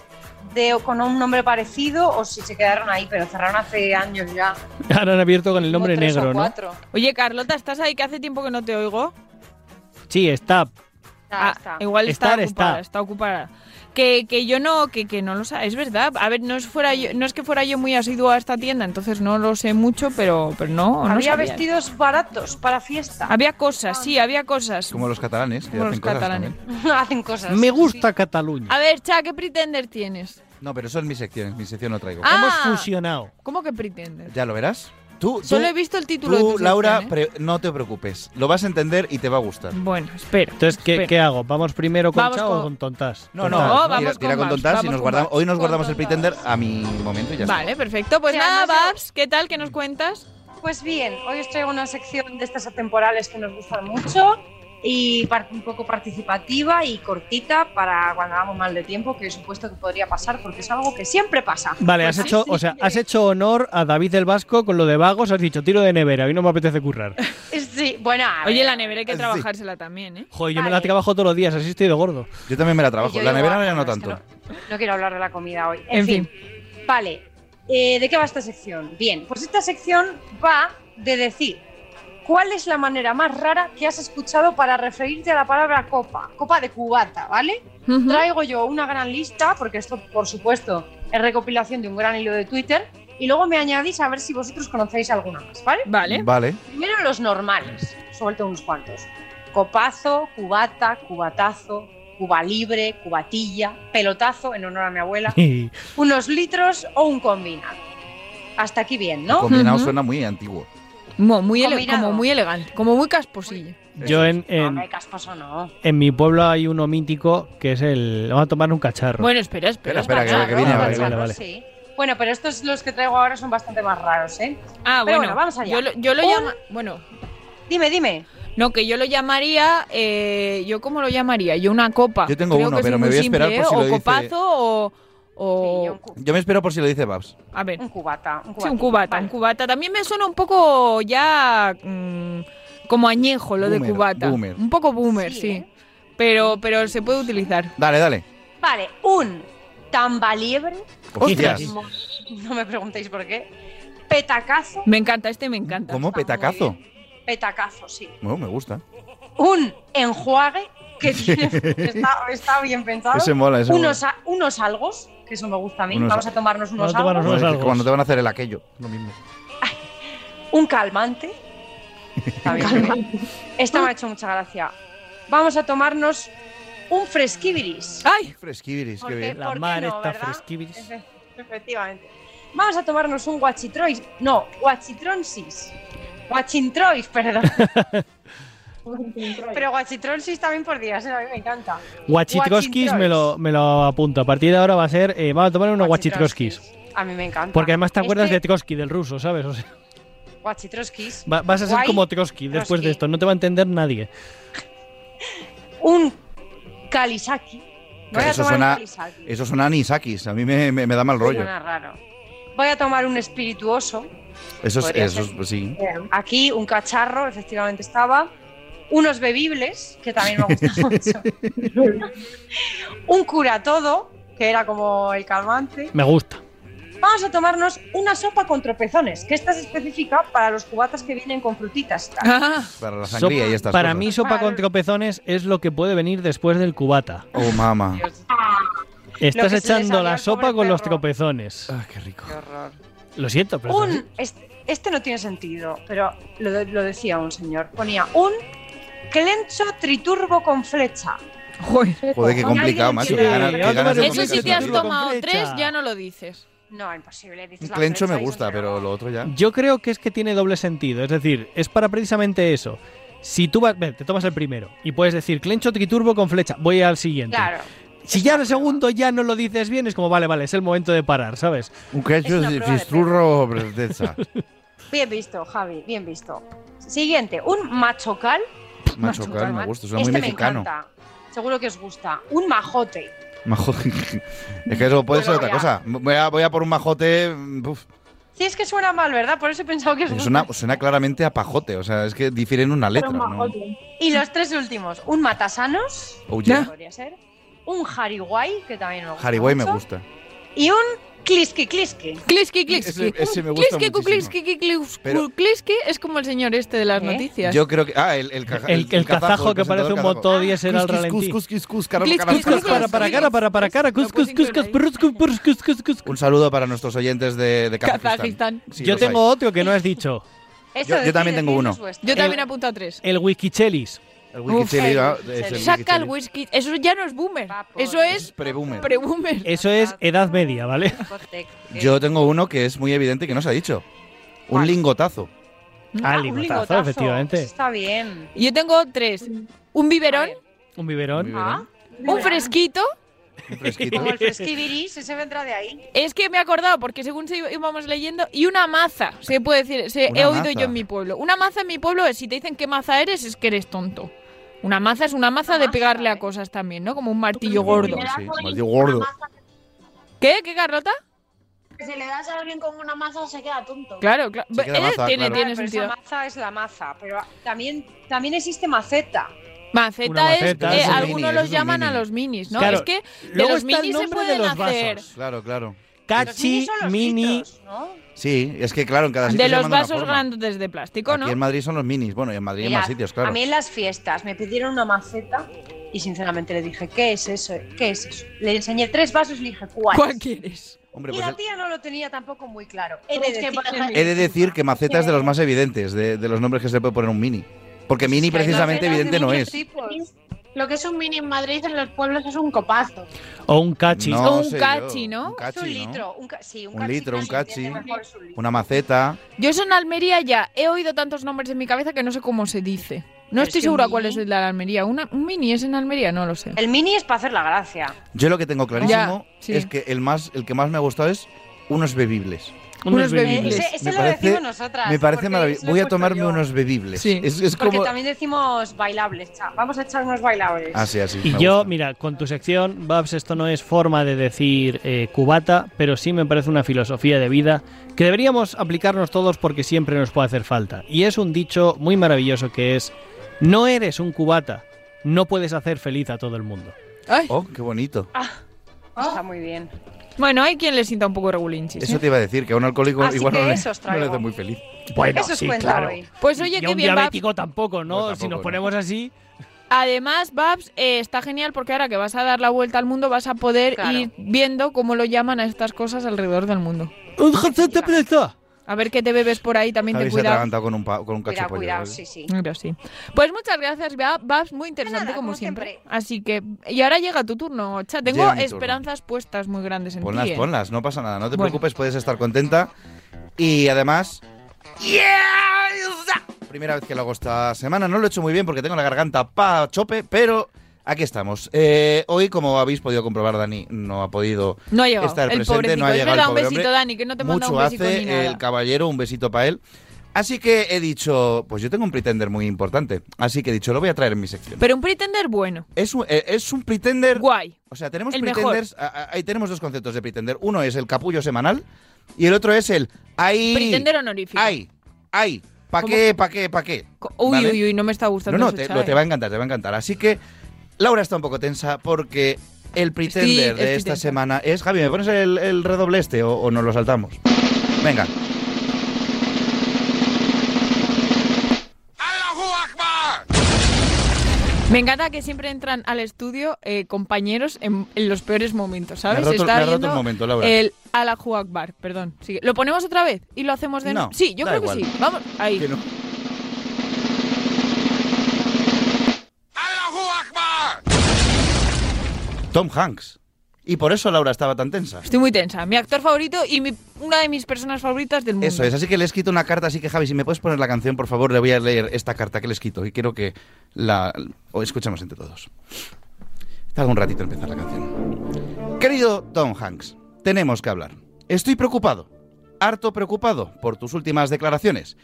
de, con un nombre parecido o si se quedaron ahí, pero cerraron hace años ya.
Ahora han abierto con el nombre
tres o
negro, ¿no?
cuatro.
Oye, Carlota, ¿estás ahí que hace tiempo que no te oigo?
Sí, está.
Ah, Igual está
Estar,
ocupada,
está.
está, ocupada. Que, que yo no, que, que no lo sé, es verdad. A ver, no es, fuera yo- no es que fuera yo muy asidua a esta tienda, entonces no lo sé mucho, pero, pero no, no
Había
sabía.
vestidos baratos para fiesta.
Había cosas, sí, había cosas.
Ah, Como los catalanes, que
Como
hacen
los
cosas
catalanes.
también.
<laughs> Hacen cosas.
Me gusta Cataluña.
A ver, Cha, ¿qué pretender tienes?
No, pero eso es mi sección, en mi sección no traigo.
Ah. Hemos
fusionado.
¿Cómo que pretender?
Ya lo verás. Tú, tú-
Solo he visto el título de
tú,
tu sección,
Laura,
¿eh?
pre- no te preocupes. Lo vas a entender y te va a gustar.
Bueno, espera. Oh,
Entonces, ¿qué,
Espera.
qué hago? ¿Vamos primero con
Vamos
Chao
con-
o con tontas?
No, no,
Tontas.
tira, tira con tontas y nos guardamos, hoy nos guardamos el pretender a mi momento y ya está.
Vale, perfecto. Pues
Sí,
nada,
además yo-
Babs, ¿qué tal? ¿Qué nos cuentas?
Pues bien, hoy os traigo una sección de estas atemporales que nos gustan mucho y par- un poco participativa y cortita para cuando hagamos mal de tiempo, que supuesto que podría pasar porque es algo que siempre pasa.
Vale, has
Pues
hecho,
sí,
o
sí,
sea, has hecho honor a David el Vasco con lo de vagos, has dicho tiro de nevera, hoy no me apetece
<laughs>
currar.
Sí, bueno, a
Oye,
ver.
la nevera hay que trabajársela también, ¿eh?
Joder, yo me la trabajo todos los días, así estoy de gordo.
Yo también me la trabajo,
Yo
la
digo,
nevera
ah,
ya no
pues
bueno, es que
tanto.
No quiero hablar de la comida hoy. En,
En
fin. Vale. eh, ¿De qué va esta sección? Bien, pues esta sección va de decir cuál es la manera más rara que has escuchado para referirte a la palabra copa, copa de cubata, ¿vale?
Ujú.
Traigo yo una gran lista, porque esto, por supuesto, es recopilación de un gran hilo de Twitter, y luego me añadís a ver si vosotros conocéis alguna más, ¿vale?
Vale.
Vale.
Primero los normales, suelto unos cuantos. Copazo, cubata, cubatazo, cuba libre, cubatilla, pelotazo, en honor a mi abuela, unos litros o un combinado. Hasta aquí bien, ¿no?
Combinado
Ujú.
suena muy antiguo.
Mo- muy ele-
Combinado.
como muy elegante, como muy casposillo.
Yo en,
No,
en,
hombre, casposo no.
en mi pueblo hay uno mítico que es el... Vamos a tomar un cacharro.
Bueno, espera, espera.
Espera, espera,
es
que- que viene,
bacharro.
vale, vale, vale.
Sí. Bueno, pero estos los que traigo ahora son bastante más raros, ¿eh?
Ah,
Pero
bueno,
bueno, vamos allá.
Yo lo, yo lo
Un-
llama- Bueno,
Dime, dime.
no, que yo lo llamaría. eh, ¿Yo cómo lo llamaría? Yo una copa.
Yo tengo
Creo
uno,
que soy
pero me
muy
voy a esperar
simple,
por si
¿eh?
lo
O
dice-
copazo o. o-
Yo me espero por si lo dice Babs.
a ver.
Un cubata. Un
Sí,
cubata.
un cubata, un cubata. También me suena un poco ya mm, como añejo lo de
Boomer,
cubata.
boomer.
Un poco boomer, sí. ¿eh? Pero, pero se puede utilizar.
Dale, dale.
Vale, un tambaliebre.
Hostias.
<laughs> No me preguntéis por qué. Petacazo.
Me encanta, este me encanta.
¿Cómo petacazo?
Petacazo, sí.
Bueno, me gusta.
Un enjuague
<laughs>
que tiene- está, está bien pensado.
Ese mola, ese
unos, a- unos algos, que eso me gusta a mí.
Unos
Vamos
al-
a tomarnos unos
Bueno,
algos.
es que Cuando te van a hacer el aquello. Lo mismo.
Un calmante. <laughs> Está bien, está bien. Esta me ha hecho mucha gracia. Vamos a tomarnos un fresquibiris.
¡Ay!
Fresquibiris, qué
Porque,
bien.
¿por qué no, verdad?
fresquibiris.
Efe- Efectivamente. Vamos a tomarnos un guachitrois. No, guachitronsis. Guachintrois,
<laughs>
perdón. Pero guachitronsis también podría ser, a mí me encanta.
Guachitroskis me lo, me lo apunto. A partir de ahora va a ser. eh, vamos a tomar unos guachitroskis.
A mí me encanta.
Porque además te acuerdas
Este-
de Trotsky, del ruso, ¿sabes? O sea,
Guachitroskis.
va- vas a ser
Guay-
como Trotsky después de
Trotsky.
esto. No te va a entender nadie.
Un kalisaki. Voy a
eso,
tomar un
suena,
kalisaki.
eso suena a anisakis. A mí me, me- me da mal rollo.
Suena raro. Voy a tomar un espirituoso.
Eso es,
Podría
eso es-
ser.
pues sí.
Aquí un cacharro, efectivamente estaba. Unos bebibles, que también me gusta
<laughs>
mucho. un cura todo, que era como el calmante.
Me gusta.
Vamos a tomarnos una sopa con tropezones, que esta es específica para los cubatas que vienen con frutitas. tal.
Ah.
Para la
Sopa-
sangría y estas
para
cosas.
mí, sopa con tropezones es lo que puede venir después del cubata.
Oh, mama.
Estás
Lo que se le
echando
salió
la
al
sopa
pobre
con los
perro.
tropezones.
Ah, qué rico.
Qué horror.
Lo siento, pero.
Un, este, este no tiene sentido, pero lo, de- lo decía un señor. Ponía un clencho triturbo con flecha.
Joder, qué complicado, macho. Qué ganas, qué ganas de
Eso si
complicarse
te has
la vida.
tomado tres, ya no lo dices.
No, imposible. Dices
Un
la
clencho me
flecha y
gusta, pero lo otro ya.
Yo creo que es que tiene doble sentido. Es decir, es para precisamente eso. Si tú vas, ve, te tomas el primero y puedes decir clencho triturbo con flecha, voy al siguiente.
Claro.
Si ya el segundo ya no lo dices bien, es como vale, vale, es el momento de parar, ¿sabes?
Un cacho
Es una
de
prueba de
fisturro o presteza.
<laughs> Bien visto, Javi, bien visto. Siguiente, un machocal.
Machocal, me gusta. Suena
este
muy
me
mexicano.
encanta. Seguro que os gusta. Un majote.
<laughs> Majo- es que eso puede ser
Bueno,
otra
ya.
cosa. Voy a, voy a por un majote. mm, uf.
Si es que suena mal, ¿verdad? Por eso he pensado que os gusta.
Suena, suena claramente a pajote. O sea, es que difieren una letra.
Pero un
¿no?
majote. Y los tres últimos, un matasanos.
Oh, yeah.
Podría ser. Un jariguay, que también me gusta.
Hariboy me
mucho,
gusta.
Y un cliski cliski.
Cliski,
Ese-
cliski.
ese me gusta
Cliski, cu,
muchísimo.
cliski, cu, cliski,
Pero-
cu, cliski es como el señor este de las noticias.
Yo creo que. Ah, el, el, caja-
El, el
el
kazajo que
presentador
parece un
kazajo.
motor diésel al
Cus, cus,
ralentí.
cus, cus, cus, cara-
Cliski,
cara-
cliski,
cara-
Para para cara, para para cara, cus, cus, cus, cus, prus, cus, prus, cus, cus, cus.
Un saludo para nuestros oyentes de, de Kazajistán.
Kazajistán.
Sí,
Yo
los hay.
tengo otro que no has dicho.
Eso
Yo- yo
decide,
también tengo
eso
uno.
es vuestro.
Yo también he apuntado tres.
El wikichelis.
El Wikichili,
Uf,
ah,
el
es el
Saca el
Wikichili.
whisky. Eso ya no es boomer.
Va por-
Eso es
Preboomer.
pre-boomer.
Eh.
Eso es edad media, ¿vale?
Ah, Cotec, que-
Yo tengo uno que es muy evidente y que no se ha dicho. Un
¿Cuál?
lingotazo.
Ah,
un
lingotazo, efectivamente.
Está bien.
Yo tengo tres. Un biberón,
Un
Muy
biberón.
bien,
Ah,
un fresquito.
un fresquito. <laughs>
Como el fresquibiris, ese vendrá de ahí.
Es que me he acordado, porque según se íbamos leyendo, y una maza, se puede decir, se
Una
he oído
maza.
yo en mi pueblo. Una maza en mi pueblo es, si te dicen qué maza eres, es que eres tonto. Una maza es una maza eh. de pegarle a cosas también, ¿no? Como un martillo gordo.
Sí, maldito gordo.
¿Qué? ¿Qué, Carlota?
Si le das a alguien con una maza se queda tonto.
Claro, claro.
Se queda
Eh,
maza,
tiene,
claro.
tiene
Pero
sentido.
esa maza es la maza, pero también, también existe maceta.
Maceta,
Una maceta,
es, eh,
es un
algunos
mini,
los
es un
llaman
mini.
a los minis, ¿no?
Claro.
Es que de
Luego
los
está el
minis se
nombre de
pueden
los
hacer.
vasos.
Claro, claro.
Los minis
Cachi,
son los
mini.
litros, ¿no?
Sí, es que claro, en cada sitio
De
se
los
llaman de una
vasos
forma.
grandes de plástico, ¿no?
Aquí en Madrid son los minis. Bueno, y en Madrid hay
Mira,
más sitios, claro.
A mí en las fiestas me pidieron una maceta y sinceramente le dije, ¿qué es eso? ¿Qué es eso? Le enseñé tres vasos y le dije, ¿cuál?
¿Cuál quieres?
Hombre,
Y
pues
la
el-
tía no lo tenía tampoco muy claro.
Pero
He
es
de
que,
decir-
por ejemplo-
he de decir que maceta es de los más evidentes, de, de los nombres que se le puede poner un mini. Porque mini
Que hay
precisamente
macetas de
evidente no
muchos
es.
tipos.
Lo que es un mini en Madrid en los pueblos es un copazo.
O un cachi.
No
O un
sé yo,
cachi, ¿no?
Un
Es un
cachi, ¿no?
litro, un ca- sí, un,
Un
cachi
litro,
que
un
se entiende
cachi.
mejor es un litro.
Una maceta.
Yo eso en Almería ya he oído tantos nombres en mi cabeza que no sé cómo se dice. No
Pero
estoy
es que
segura
un
cuál
mini- Eh.
es el de la Almería. Una- ¿Un mini es en Almería? No lo sé.
El mini es para hacer la gracia.
Yo lo que tengo clarísimo
Ya, sí.
es que el más, el que más me ha gustado es unos bebibles.
Unos
Unos bebés.
Eh,
bebibles.
ese ese
Me
lo
parece-
decimos nosotras.
Me
porque
parece
eso
maravilloso.
lo he
Voy a
puesto
tomarme
yo.
unos bebibles.
Sí.
Es, es
Porque
como.
también decimos bailables, cha. Vamos a echarnos bailables.
Así, Ah, así.
Y
me
yo,
gusta.
mira, con tu sección, Babs, esto no es forma de decir eh, cubata, pero sí me parece una filosofía de vida que deberíamos aplicarnos todos porque siempre nos puede hacer falta. Y es un dicho muy maravilloso que es, no eres un cubata, no puedes hacer feliz a todo el mundo.
Ay,
Oh, qué bonito.
Ah, Está muy bien.
Bueno, hay quien le sienta un poco regulinchis. ¿eh?
Eso te iba a decir, que a un alcohólico
Así
igual
que
no, le,
eso os
no le
traigo.
hace muy feliz.
Bueno,
Eso os
sí,
cuenta
claro.
hoy.
Pues oye,
y a
qué
un
bien, Babs.
diabético tampoco, ¿no?
Pues
si nos
tampoco,
ponemos así,
Además, Babs, eh, está genial porque ahora que vas a dar la vuelta al mundo vas a poder
Claro.
ir viendo cómo lo llaman a estas cosas alrededor del mundo.
¡un jacete preta!
A ver qué te bebes por ahí, también
Javi
ten
se ha
cuidado.
atragantado con un, pa- con un cacho de pollo, ¿vale?
Pero sí. Pues muchas gracias, Bea- Babs, muy interesante como, siempre. Así que, y ahora llega tu turno, chat. Tengo
Llega mi turno.
esperanzas puestas muy grandes en
Ponlas,
ti. ¿eh?
ponlas, no pasa nada, no te
Bueno.
preocupes, puedes estar contenta. Y además, primera vez que lo hago esta semana, no lo he hecho muy bien porque tengo la garganta pa chope, pero aquí estamos. Eh, hoy, como habéis podido comprobar, Dani no ha podido
No ha llegado.
estar
el
presente,
pobrecito.
no ha
Es
llegado
verdad,
el
un
pobre
besito,
hombre.
Dani, que no te manda
Mucho
un besito
hace
ni nada.
el caballero, un besito para él. Así que he dicho, pues yo tengo un pretender muy importante, así que he dicho, lo voy a traer en mi sección.
Pero un pretender bueno.
Es un, eh, es un pretender.
Guay.
O sea, tenemos
El
pretenders.
mejor.
a- a- Ahí tenemos dos conceptos de pretender. Uno es el capullo semanal y el otro es el. Ahí.
Pretender honorífico.
Ay, ay. ¿Pa
¿Cómo?
qué, pa qué, pa qué?
Uy,
¿Vale?
uy, uy, no me está gustando.
No, no,
eso,
te,
chat,
lo-
eh.
te va a encantar, te va a encantar. Así que Laura está un poco tensa porque el pretender
estoy
de esta
tensa.
semana es. Javi, ¿me pones el, el redoble este o, o nos lo saltamos? Venga.
Me encanta que siempre entran al estudio eh, compañeros en, en los peores momentos, ¿sabes?
Me has roto-
Está
me has roto
viendo
un momento, Laura.
El Allahu Akbar, perdón. Sigue. ¿Lo ponemos otra vez y lo hacemos de nuevo?
No,
sí, yo
da
creo
igual.
que sí. Vamos, ahí.
Que no. Tom Hanks. Y por eso Laura estaba tan tensa.
Estoy muy tensa. Mi actor favorito y mi- una de mis personas favoritas del mundo.
Eso es, así que le he escrito una carta, así que Javi, si me puedes poner la canción, por favor, le voy a leer esta carta que le he escrito y quiero que la o escuchemos entre todos. Tarda un ratito en empezar la canción. Querido Tom Hanks, tenemos que hablar. Estoy preocupado, harto preocupado por tus últimas declaraciones.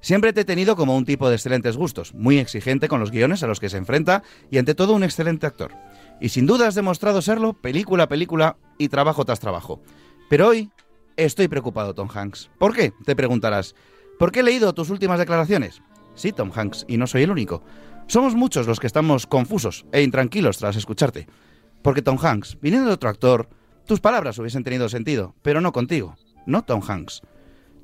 Siempre te he tenido como un tipo de excelentes gustos, muy exigente con los guiones a los que se enfrenta y ante todo un excelente actor. Y sin duda has demostrado serlo película a película y trabajo tras trabajo. Pero hoy estoy preocupado, Tom Hanks. ¿Por qué? Te preguntarás. ¿Por qué he leído tus últimas declaraciones? Sí, Tom Hanks, y no soy el único. Somos muchos los que estamos confusos e intranquilos tras escucharte. Porque Tom Hanks, viniendo de otro actor, tus palabras hubiesen tenido sentido, pero no contigo, no Tom Hanks.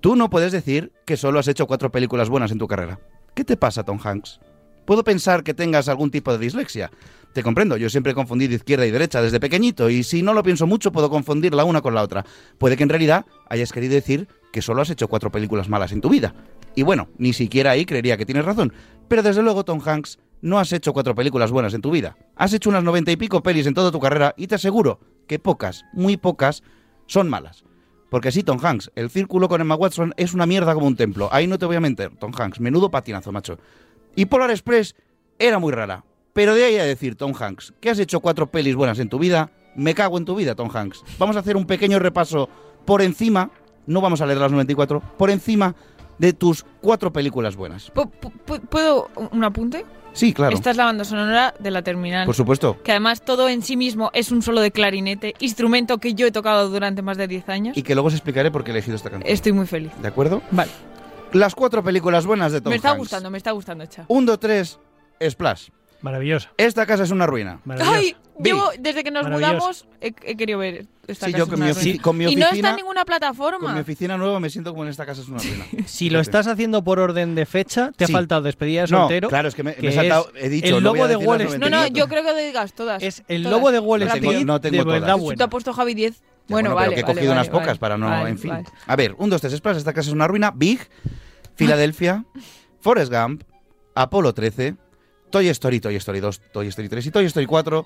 Tú no puedes decir que solo has hecho cuatro películas buenas en tu carrera. ¿Qué te pasa, Tom Hanks? Puedo pensar que tengas algún tipo de dislexia. Te comprendo, yo siempre he confundido izquierda y derecha desde pequeñito y si no lo pienso mucho puedo confundir la una con la otra. Puede que en realidad hayas querido decir que solo has hecho cuatro películas malas en tu vida. Y bueno, ni siquiera ahí creería que tienes razón. Pero desde luego, Tom Hanks, no has hecho cuatro películas buenas en tu vida. Has hecho unas noventa y pico pelis en toda tu carrera y te aseguro que pocas, muy pocas, son malas. Porque sí, Tom Hanks, el círculo con Emma Watson es una mierda como un templo. Ahí no te voy a mentir, Tom Hanks. Menudo patinazo, macho. Y Polar Express era muy rara. Pero de ahí a decir, Tom Hanks, que has hecho cuatro pelis buenas en tu vida, me cago en tu vida, Tom Hanks. Vamos a hacer un pequeño repaso por encima, no vamos a leer las 94, por encima de tus cuatro películas buenas.
Pu- pu- pu- ¿Puedo un apunte?
Sí, claro.
Esta es la banda sonora de la terminal.
Por supuesto.
Que además todo en sí mismo es un solo de clarinete, instrumento que yo he tocado durante más de 10 años.
Y que luego os explicaré por qué he elegido esta canción.
Estoy muy feliz.
¿De acuerdo?
Vale.
Las cuatro películas buenas de Tom
me está
Hanks.
gustando, me está gustando, cha.
1, 2, 3, Splash.
Maravillosa.
Esta casa es una ruina.
Ay,
Vi.
llevo, desde que nos
Maravilloso.
mudamos he, he querido ver esta
Sí,
casa
yo
es
con
una
mi
ruina.
ofici- con mi
Y no está
oficina-
en
Con
ninguna
mi
plataforma.
oficina nueva me siento como en esta casa es una
<laughs>
ruina.
Si lo estás haciendo por orden de fecha, te
Sí.
ha faltado despedida de
No,
soltero.
claro, es que me- me he saltado-
es
he dicho,
El
no voy
lobo
a
de
decir las
Wall Street.
No, no, yo creo que lo digas todas. Es
El lobo de Wall
No tengo-
Street
no tengo
de
todas.
verdad
Te ha
buena.
puesto Javi 10.
Bueno,
Bueno,
pero
vale.
que he
vale,
cogido
vale,
unas pocas
vale,
para no,
vale,
en fin.
vale.
A ver, un, dos, tres, Splash, esta casa es una ruina. Big, Filadelfia,
<laughs>
Forrest Gump, Apolo 13, Toy Story, Toy Story 2, Toy Story 3 y Toy Story 4,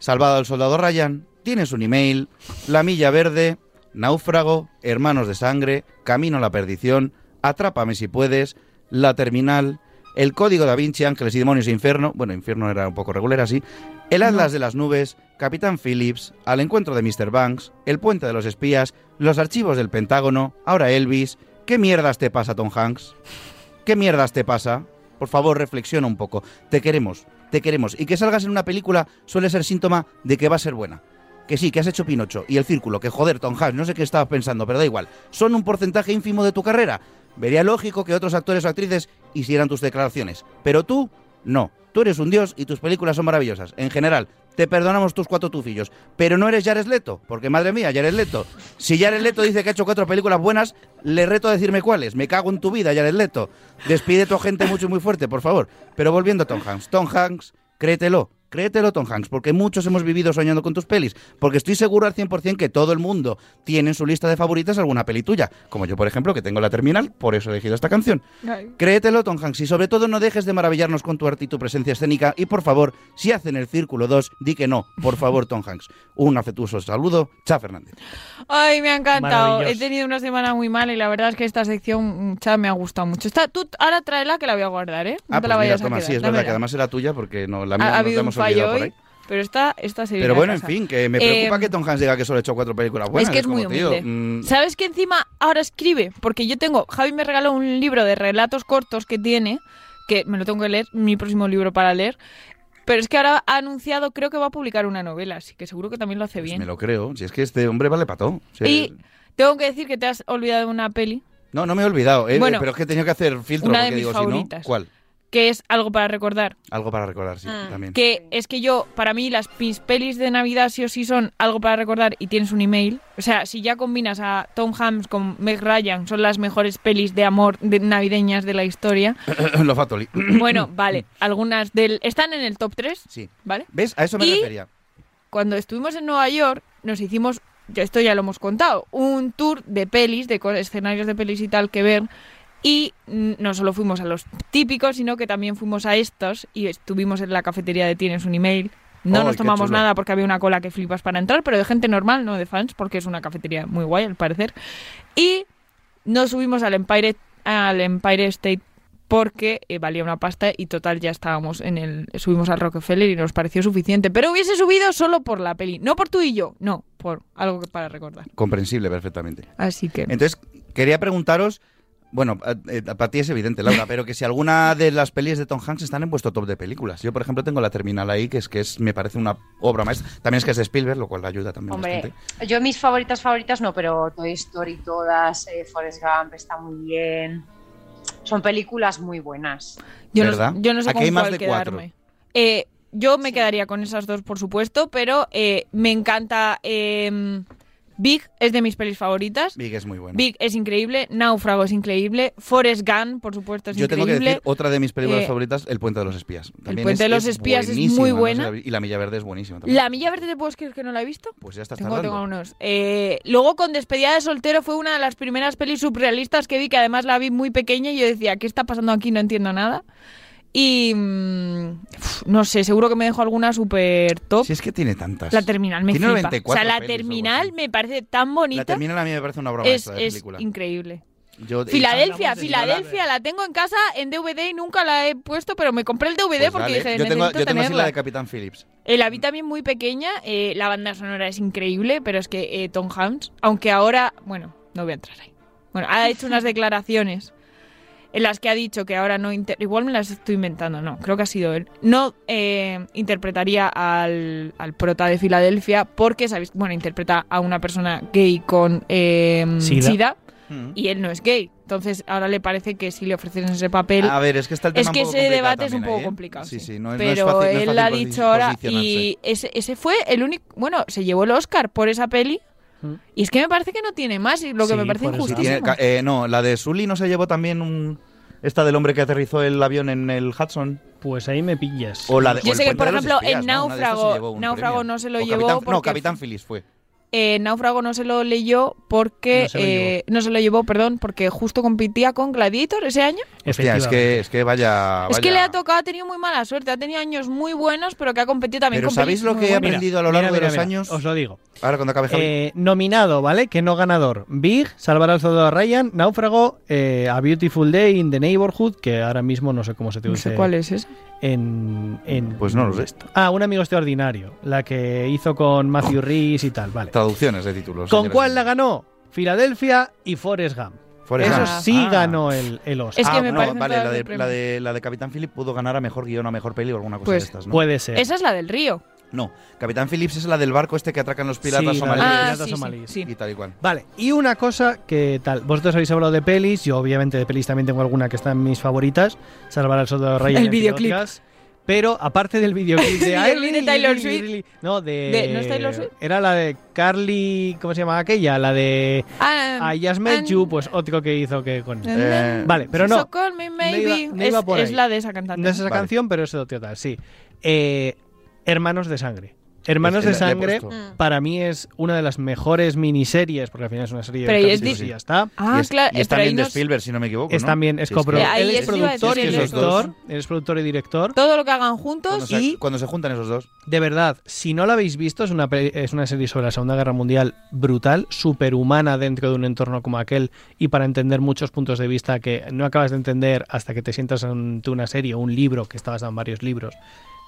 Salvado al Soldado Ryan, Tienes un email, La Milla Verde, Náufrago, Hermanos de Sangre, Camino a la Perdición, Atrápame si puedes, La Terminal, El Código da Vinci, Ángeles y Demonios e Infierno, bueno, Infierno era un poco regular así, El Atlas de las Nubes, Capitán Phillips, Al Encuentro de Mr. Banks, El Puente de los Espías, Los Archivos del Pentágono, Ahora Elvis, ¿qué mierdas te pasa, Tom Hanks? ¿Qué mierdas te pasa? Por favor, reflexiona un poco. Te queremos, te queremos. Y que salgas en una película suele ser síntoma de que va a ser buena. Que sí, que has hecho Pinocho y El Círculo, que joder, Tom Hanks, no sé qué estabas pensando, pero da igual. Son un porcentaje ínfimo de tu carrera. Vería lógico que otros actores o actrices hicieran tus declaraciones. Pero tú, no. Tú eres un dios y tus películas son maravillosas. En general, te perdonamos tus cuatro tufillos. Pero no eres Jared Leto, porque madre mía, Jared Leto. Si Jared Leto dice que ha hecho cuatro películas buenas, le reto a decirme cuáles. Me cago en tu vida, Jared Leto. Despide a tu gente mucho y muy fuerte, por favor. Pero volviendo a Tom Hanks. Tom Hanks, créetelo. Créetelo, Tom Hanks, porque muchos hemos vivido soñando con tus pelis, porque estoy seguro al 100% que todo el mundo tiene en su lista de favoritas alguna peli tuya, como yo, por ejemplo, que tengo la terminal, por eso he elegido esta canción. Créetelo, Tom Hanks, y sobre todo no dejes de maravillarnos con tu arte y tu presencia escénica. Y por favor, si hacen el círculo 2, di que no. Por favor, Tom Hanks. Un afectuoso saludo, Cha Fernández.
Ay, me ha encantado. He
Maravilloso.
tenido una semana muy mala y la verdad es que esta sección, mm, cha, me ha gustado mucho. Esta, tú ahora tráela que la voy a guardar, ¿eh? No
Ah, pues
te la
mira,
vayas
toma,
a
sí,
quedar.
es verdad que
Dámela.
además era tuya porque no, la
Ha-
mía
ha
nos la
habido un
hemos olvidado
fallo
por
hoy,
ahí.
pero esta, esta se viene
Pero
a
bueno, en
casa.
fin, que me
Eh,
preocupa que Tom Hanks diga que solo ha hecho cuatro películas buenas.
es que es muy
como, tío,
humilde.
mm,
¿Sabes que encima ahora escribe? Porque yo tengo, Javi me regaló un libro de relatos cortos que tiene, que me lo tengo que leer, mi próximo libro para leer. Pero es que ahora ha anunciado, creo que va a publicar una novela, así que seguro que también lo hace bien.
Pues me lo creo. Si es que este hombre vale para todo. O sea,
Y tengo que decir que te has olvidado de una peli,
No, no me he olvidado, eh,
Bueno,
pero es que he tenido que hacer filtro
una de
porque
mis
digo, si no,
favoritas.
¿cuál?
que es algo para recordar.
Algo para recordar, sí,
Mm.
también.
Que es que yo, para mí, las mis pelis de Navidad sí o sí son algo para recordar y tienes un email. O sea, si ya combinas a Tom Hanks con Meg Ryan, son las mejores pelis de amor de navideñas de la historia.
<coughs> lo fatoli.
Bueno, vale, algunas del... Están en el top 3,
<coughs> Sí.
¿vale?
¿Ves? A eso me
Y-
refería.
Cuando estuvimos en Nueva York, nos hicimos, ya esto ya lo hemos contado, un tour de pelis, de co- escenarios de pelis y tal que ver. Y mm, no solo fuimos a los típicos, sino que también fuimos a estos y estuvimos en la cafetería de Tienes un email. No
¡Ay,
nos
qué
tomamos
chulo!
nada porque había una cola que flipas para entrar, pero de gente normal, no de fans, porque es una cafetería muy guay al parecer. Y nos subimos al Empire, al Empire State porque eh, valía una pasta y total ya estábamos en el subimos al Rockefeller y nos pareció suficiente, pero hubiese subido solo por la peli, no por tú y yo, no, por algo que para recordar.
Comprensible, perfectamente.
Así que
Entonces, quería preguntaros, bueno, a- eh, para ti es evidente, Laura, pero que si alguna de las pelis de Tom Hanks están en vuestro top de películas. Yo, por ejemplo, tengo La Terminal ahí, que es que es, me parece una obra maestra. También es que es de Spielberg, lo cual ayuda también
Hombre,
bastante.
yo mis favoritas, favoritas no, pero Toy Story todas, eh, Forrest Gump está muy bien. Son películas muy buenas.
yo
¿Verdad?
no, yo no sé
Aquí
con
hay más
cuál
de cuatro.
quedarme. Eh, yo me quedaría con esas dos, por supuesto, pero eh, me encanta eh, Big, es de mis pelis favoritas.
Big es muy bueno.
Big es increíble, Náufrago es increíble, Forrest Gump, por supuesto, es
Yo tengo
increíble.
que decir otra de mis películas
Eh,
favoritas, El Puente de los Espías. También
Puente de los Espías es muy
buenísima,
buena.
no sé, y La Milla Verde es buenísima también.
La Milla Verde, ¿te puedes creer que no la he visto?
Pues ya estás
Tengo,
tardando.
tengo unos. Eh, luego con Despedida de Soltero fue una de las primeras pelis surrealistas que vi, que además la vi muy pequeña y yo decía, ¿qué está pasando aquí? No entiendo nada. Y mm, uf, no sé, seguro que me dejo alguna súper top.
Si es que tiene tantas.
La terminal me
Tiene
flipa.
94
o sea, la
pelis, algo
terminal me parece tan bonita.
La Terminal a mí me parece una obra
es,
maestra de
es
película.
increíble.
Yo- hablamos
Filadelfia,
de Filadelfia.
Filadelfia, la tengo en casa en DVD y nunca la he puesto, pero me compré el DVD
Pues
porque
dale.
dije,
yo tengo,
necesito
yo tengo así la
tenerla.
de Capitán Phillips.
Eh, la vi también muy pequeña, eh, la banda sonora es increíble, pero es que eh, Tom Hanks, aunque ahora, bueno, no voy a entrar ahí. Bueno, ha hecho unas declaraciones en las que ha dicho que ahora no, inter- igual me las estoy inventando, no, creo que ha sido él, no eh, interpretaría al, al prota de Filadelfia porque, ¿sabéis? Bueno, interpreta a una persona gay con eh,
Sida.
SIDA, Hmm.
Hmm.
y él no es gay. Entonces ahora le parece que si le ofrecen ese papel...
A ver, es que está el tema
Es que
un poco
ese
complicado
debate es un
también
poco
ahí, ¿eh?
complicado.
Sí, sí, no es, no es
Pero
fácil- no es
él
fácil
la ha
posi-
dicho ahora
posicionarse.
y ese, ese fue el único, bueno, se llevó el Oscar por esa peli
Mm.
y es que me parece que no tiene más y lo que me parece
Sí,
injustísimo.
tiene- ca- eh, no, la de Sully no se llevó también un... Esta del hombre que aterrizó el avión en el Hudson.
Pues ahí me pillas.
O la de, o
Yo
el
sé que,
Puente
por
de los
ejemplo,
Espías,
en
¿no? Una de estas se
Náufrago-
llevó un
Náufrago
premio.
no se lo
O
llevó
Capitán- No,
porque-
Capitán Phillips fue.
Eh, Náufrago no se lo leyó porque
No se lo
eh, no se lo llevó, perdón, porque justo competía con Gladiator ese año.
Hostia, es que, es que vaya,
Es que
Ah, vaya-
le ha tocado, ha tenido muy mala suerte, ha tenido años muy buenos, pero que ha competido también
Pero
con
¿sabéis
pelis
lo
muy
que he
buenas.
aprendido a lo largo
Mira, mira,
de los
mira,
años?
Os lo digo.
Ahora cuando acabe Javi.
Eh, nominado, ¿vale? Que no ganador. Big, Salvar al Soldado Ryan, Náufrago, eh, A Beautiful Day in the Neighborhood, que ahora mismo no sé cómo se
No
traduce.
sé cuál es esa.
En, en-
Pues no lo sé.
Ah, un amigo extraordinario, la que hizo con Matthew Rhys y tal, vale.
Traducciones de títulos.
¿Con
señores.
cuál la ganó? Filadelfia y Forrest Gump.
Forrest
Eso
Gump.
sí
Ah.
ganó el, el Oscar.
Es que
Ah,
me
no,
parecen
vale,
todas
la
de
de,
premio.
la, de, la de Capitán Phillips pudo ganar a mejor guión, a mejor peli o alguna cosa
Pues,
de estas, ¿no?
puede ser.
Esa es la del río.
No, Capitán Phillips es la del barco este que atracan los piratas
Sí, la de
somalíes.
los Ah, piratas sí, sí, somalíes.
Y tal y cual.
Vale, y una cosa que tal, vosotros habéis hablado de pelis, yo obviamente de pelis también tengo alguna que está en mis favoritas, Salvar al Soldado Ryan.
El
entre
videoclip.
otras, Pero aparte del videoclip de,
<laughs> El
Ay,
videoclip de Taylor
Lily,
Swift.
Lily, No, de,
De- ¿no es Taylor Swift?
Era la de Carly, ¿cómo se llama aquella? La de
Ah,
I Just Met
and-
You, pues otro que hizo que con...
Eh,
vale, pero no.
So call me
iba-
maybe.
no iba
es,
por
es
ahí.
la de esa cantante.
No es esa canción, pero es de otra, sí. Eh, Hermanos de Sangre. Hermanos
Le-
de
este le he
Sangre
Mm.
puesto.
para mí es una de las mejores miniseries, porque al final es una serie
Pero
de
y es
capítulos
di-
y ya está.
Ah,
y es,
claro,
y es
pero ahí
también de
nos-
Spielberg, si no me equivoco.
Es
¿no?
también, es
Sí, sí.
copro-
Ahí
él es
es- iba a decir
productor y
que los
director,
dos-
él es productor y director.
Todo lo que hagan
Cuando
juntos
se,
y
cuando se juntan esos dos.
De verdad, si no la habéis visto, es una, pe- es una serie sobre la Segunda Guerra Mundial brutal, superhumana dentro de un entorno como aquel y para entender muchos puntos de vista que no acabas de entender hasta que te sientas ante una serie o un libro, que está basado en varios libros,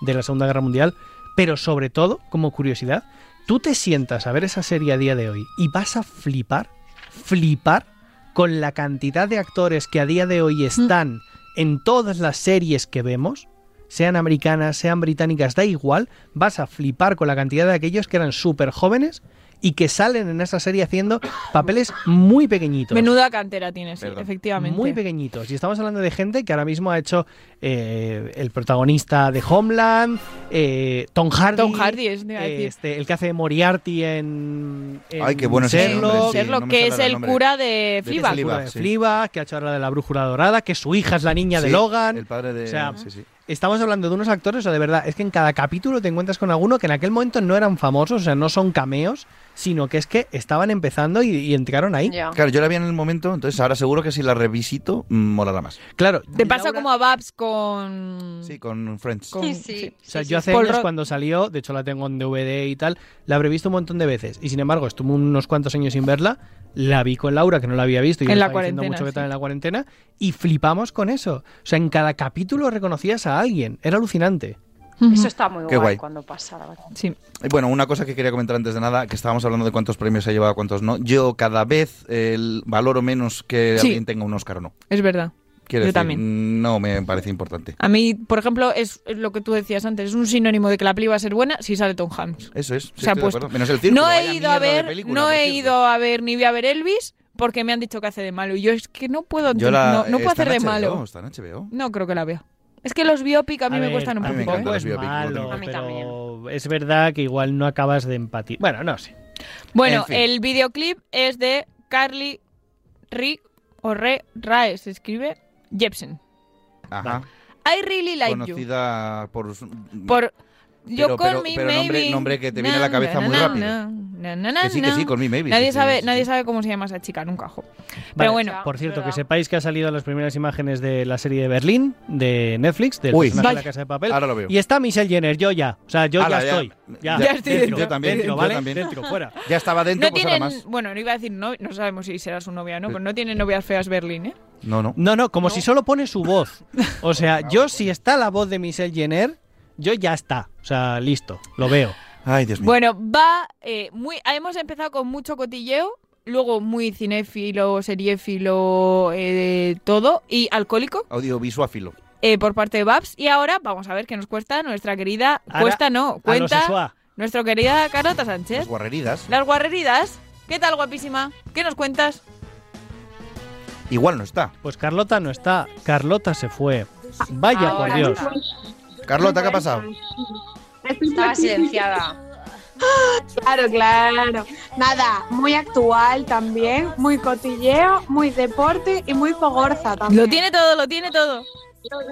de la Segunda Guerra Mundial. Pero sobre todo, como curiosidad, tú te sientas a ver esa serie a día de hoy y vas a flipar, flipar con la cantidad de actores que a día de hoy están en todas las series que vemos sean americanas, sean británicas, da igual, vas a flipar con la cantidad de aquellos que eran súper jóvenes y que salen en esa serie haciendo papeles muy pequeñitos.
menuda cantera tienes, sí,
Perdón.
efectivamente.
Muy pequeñitos. Y estamos hablando de gente que ahora mismo ha hecho eh, el protagonista de Homeland, eh, Tom Hardy.
Tom Hardy, es, te iba a
eh,
decir.
este, el que hace de Moriarty en, en
Ay, qué bueno ese
Sherlock.
nombre, sí,
Sherlock,
no me
que
sale
es
ahora
el
nombre.
cura de
de
Fleabag.
El cura de
sí.
Fleabag, que ha hecho ahora de la brújula dorada, que su hija es la niña de
Sí,
Logan.
El padre de.
O sea,
sí, sí.
Estamos hablando de unos actores, o sea, de verdad, es que en cada capítulo te encuentras con alguno que en aquel momento no eran famosos, o sea, no son cameos, sino que es que estaban empezando y, y entraron ahí.
Claro, yo la vi en el momento, entonces ahora seguro que si la revisito, mm, molará más.
Claro,
Te pasa como a Babs con...
Sí, con Friends.
Mm. con- sí.
O sea,
sí,
yo
sí.
hace
Paul
años
Rudd.
cuando salió, de hecho la tengo en DVD y tal, la habré visto un montón de veces. Y sin embargo, estuve unos cuantos años sin verla, la vi con Laura, que no la había visto, y yo
En
le
la
estaba diciendo
cuarentena,
mucho que
sí.
tal en la cuarentena, y flipamos con eso. O sea, en cada capítulo reconocías a alguien, era alucinante.
Eso está muy
Qué
guay,
guay.
cuando pasa, la verdad.
Sí.
Y bueno, una cosa que quería comentar antes de nada, que estábamos hablando de cuántos premios se ha llevado, cuántos no. Yo cada vez eh, valoro menos que
Sí.
alguien tenga un Oscar o no.
Es verdad.
Quiero
Yo
decir,
también.
no me parece importante.
A mí, por ejemplo, es es lo que tú decías antes, es un sinónimo de que la peli va a ser buena si sale Tom Hanks.
Eso es. sí,
Se ha
estoy de
puesto.
acuerdo. Menos el circo.
no
vaya
he ido a
mierda de
ver,
película,
no
por
he
cierto.
ido a ver ni voy a ver Elvis porque me han dicho que hace de malo y yo es que no puedo,
Yo
enten-
la-
no, no puedo
está
hacer
en
de
HBO,
malo.
Está en HBO.
No creo que la vea. Es que los biopic a mí
A
me
ver,
cuestan un
a mí me
poco.
encantan
¿eh?
los biopic, no tengo-
Malo, pero es verdad que igual no acabas de empatizar. Bueno, no sé.
Bueno,
En fin.
el videoclip es de Carly Ri o Re Rae, se escribe Jepsen.
Ajá.
I really like you.
Conocida por. su-
Por yo
Pero-
con
pero-
me
pero nombre-
maybe.
nombre que te viene a la cabeza muy rápido.
na, na, na,
Que sí, que
na.
sí, Call Me Maybe,
Nadie
sí, sí,
sabe,
sí, sí.
nadie sabe cómo se llama esa chica, nunca jo.
Vale,
Pero bueno,
por cierto, que sepáis que ha salido las primeras imágenes de la serie de Berlín, de Netflix, del
Uy.
personaje de la
Vaya.
casa de papel.
Ahora lo veo.
Y está Michelle Jenner, yo ya. O sea, yo
Ala,
ya,
ya-
estoy. Ya,
ya- Ya estoy
dentro,
Yo también,
dentro,
yo
¿vale?
también.
Dentro, fuera.
Ya estaba dentro,
no
pues
tienen,
ahora más.
bueno, no iba a decir no, no sabemos si será su novia o no, pero no tienen novias feas Berlín, ¿eh?
No, no.
No, no, como si solo pone su voz.
<laughs>
O
Ah,
sea, yo si está la voz de Michelle Jenner, yo ya está. O sea, listo, lo veo.
Ay, Dios
Bueno, va eh, muy. Hemos empezado con mucho cotilleo, luego muy cinéfilo, seriéfilo, eh, todo, y alcohólico
Audiovisuáfilo.
eh, por parte de Babs. Y ahora vamos a ver qué nos cuesta nuestra querida.
Ahora,
cuesta no, cuenta.
sexuá.
Nuestra querida Carlota Sánchez.
Las guarreridas.
Las guarreridas. ¿Qué tal, guapísima? ¿Qué nos cuentas?
Igual no está.
Pues Carlota no está. Carlota se fue.
Ah,
Vaya
Ah,
por
Ahora.
Dios.
Carlota, ¿qué ha pasado?
Estaba silenciada.
Claro, claro. Nada, muy actual también, muy cotilleo, muy deporte y muy fogorza también.
Lo tiene todo, lo tiene todo.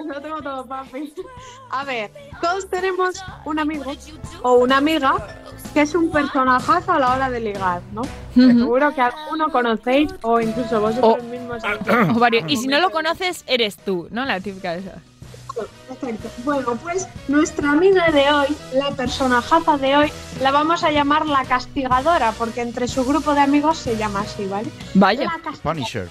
Lo tengo todo, papi. A ver, todos tenemos un amigo o una amiga que es un personajazo a la hora de ligar, ¿no? Que Seguro que alguno conocéis o incluso vosotros mismos.
O varios. Y si no lo conoces, eres tú, ¿no? La típica esa.
Exacto. Bueno, pues nuestra amiga de hoy, la personajaza de hoy, la vamos a llamar la castigadora, porque entre su grupo de amigos se llama así, ¿vale?
Vaya.
Punisher.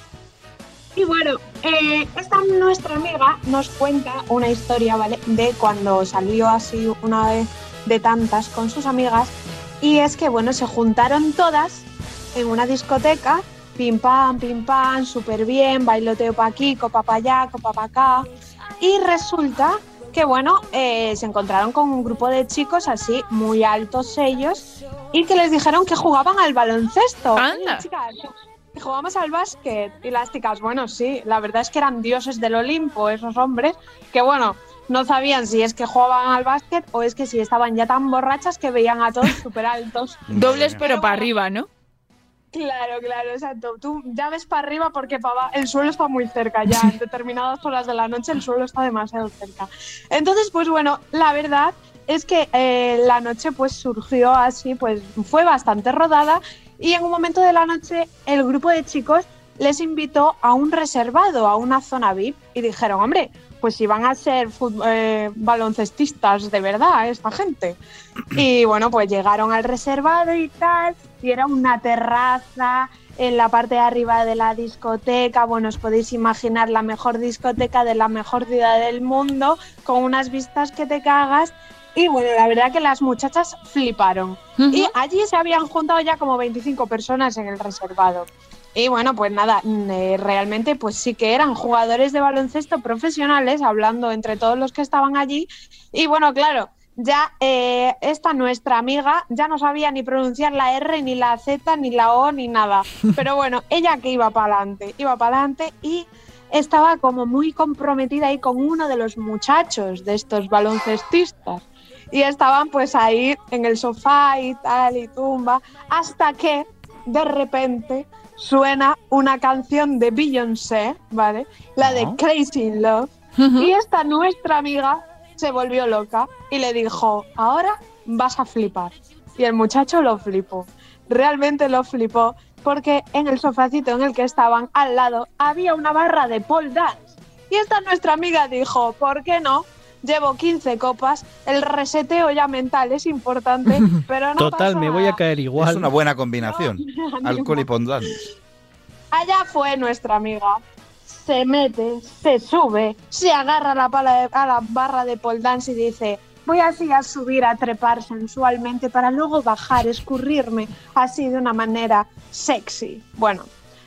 Y bueno, eh, esta nuestra amiga nos cuenta una historia, ¿vale? De cuando salió así una vez de tantas con sus amigas. Y es que, bueno, se juntaron todas en una discoteca. Pim pam, pim pam, súper bien, bailoteo pa' aquí, copa pa' allá, copa pa' acá. Y resulta que, bueno, eh, se encontraron con un grupo de chicos así, muy altos ellos, y que les dijeron que jugaban al baloncesto.
Anda.
Oye, chicas, y jugamos al básquet y las chicas, bueno, sí, la verdad es que eran dioses del Olimpo esos hombres, que bueno, no sabían si es que jugaban al básquet o es que si estaban ya tan borrachas que veían a todos súper altos.
Dobles, pero para arriba, ¿no?
Claro, claro, exacto. Tú ya ves para arriba porque para abajo- el suelo está muy cerca ya. En determinadas horas de la noche el suelo está demasiado cerca. Entonces, pues bueno, la verdad es que eh, la noche pues surgió así, pues fue bastante rodada y en un momento de la noche el grupo de chicos les invitó a un reservado, a una zona VIP y dijeron, hombre, pues si van a ser fut- eh, baloncestistas de verdad esta gente. Y bueno, pues llegaron al reservado y tal, y era una terraza en la parte de arriba de la discoteca, bueno, os podéis imaginar la mejor discoteca de la mejor ciudad del mundo, con unas vistas que te cagas. Y bueno, la verdad que las muchachas fliparon. Y allí se habían juntado ya como 25 personas en el reservado. Y bueno, pues nada, mm, eh, realmente pues sí que eran jugadores de baloncesto profesionales, hablando entre todos los que estaban allí. Y bueno, claro, ya eh, esta nuestra amiga ya no sabía ni pronunciar la R, ni la Z, ni la O, ni nada. Pero bueno, ella que iba para adelante, iba para adelante y estaba como muy comprometida ahí con uno de los muchachos de estos baloncestistas. Y estaban pues ahí en el sofá y tal y tumba, hasta que de repente suena una canción de Beyoncé, ¿vale? La de
Ajá.
Crazy in Love. Y esta nuestra amiga se volvió loca y le dijo, ahora vas a flipar. Y el muchacho lo flipó. Realmente lo flipó porque en el sofacito en el que estaban al lado había una barra de pole dance. Y esta nuestra amiga dijo, ¿por qué no? Llevo 15 copas, el reseteo ya mental es importante, pero no
Total, me voy a caer igual.
Es una buena
<laughs>
combinación.
No,
Alcohol y pondantes.
Allá fue nuestra amiga. Se mete, se sube, se agarra a la, pala de- a la barra de pole dance y dice, voy así a subir, a trepar sensualmente para luego bajar, escurrirme así de una manera sexy. Bueno,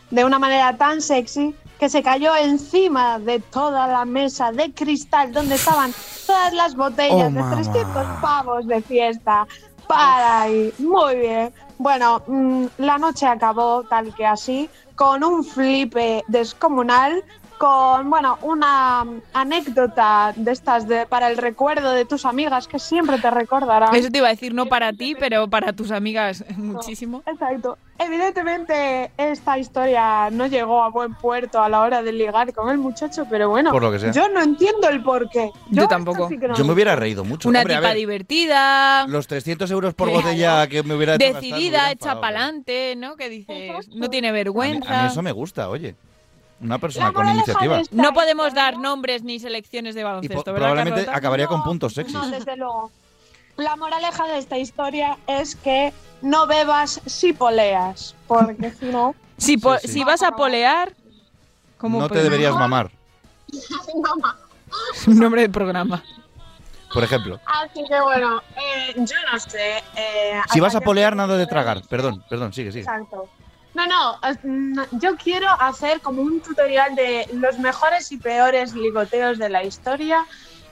de una manera tan sexy que se cayó encima de toda la mesa de cristal donde estaban todas las botellas
Oh,
de
mamá.
300 pavos de fiesta. Para ahí, muy bien. Bueno, mm, la noche acabó tal que así, con un flipe descomunal, con, bueno, una mm, anécdota de estas de, para el recuerdo de tus amigas que siempre te
Ah.
recordarán.
Eso te iba a decir, no para ti, pero para tus amigas eh, muchísimo.
Exacto. Evidentemente esta historia no llegó a buen puerto a la hora de ligar con el muchacho, pero bueno,
Por lo que sea.
yo no entiendo el porqué. Yo, tampoco.
Yo me hubiera reído mucho.
Una
Hombre, a
tipa
ver,
divertida,
los 300 euros por
Eh,
botella que me hubiera hecho gastar,
decidida, hecha
pagado.
pa'lante, ¿no? Que dices, no tiene
A mí
vergüenza.
eso me gusta, oye. Una persona con iniciativa.
No podemos dar nombres ni selecciones de
Y po-
baloncesto, ¿verdad,
probablemente
Carlota?
acabaría con puntos sexys.
No, desde luego. La moraleja de esta historia es que no bebas si poleas, porque si no...
Si, po- si vas a polear, como
No te deberías mamar,
Es un nombre de programa.
por ejemplo.
Así que bueno, eh, yo no sé.
Ah,
eh,
Si vas
hasta
a
qué
polear, nada de tragar. Perdón, perdón, sigue, sigue.
Exacto. No, no, as- mm, yo quiero hacer como un tutorial de los mejores y peores ligoteos de la historia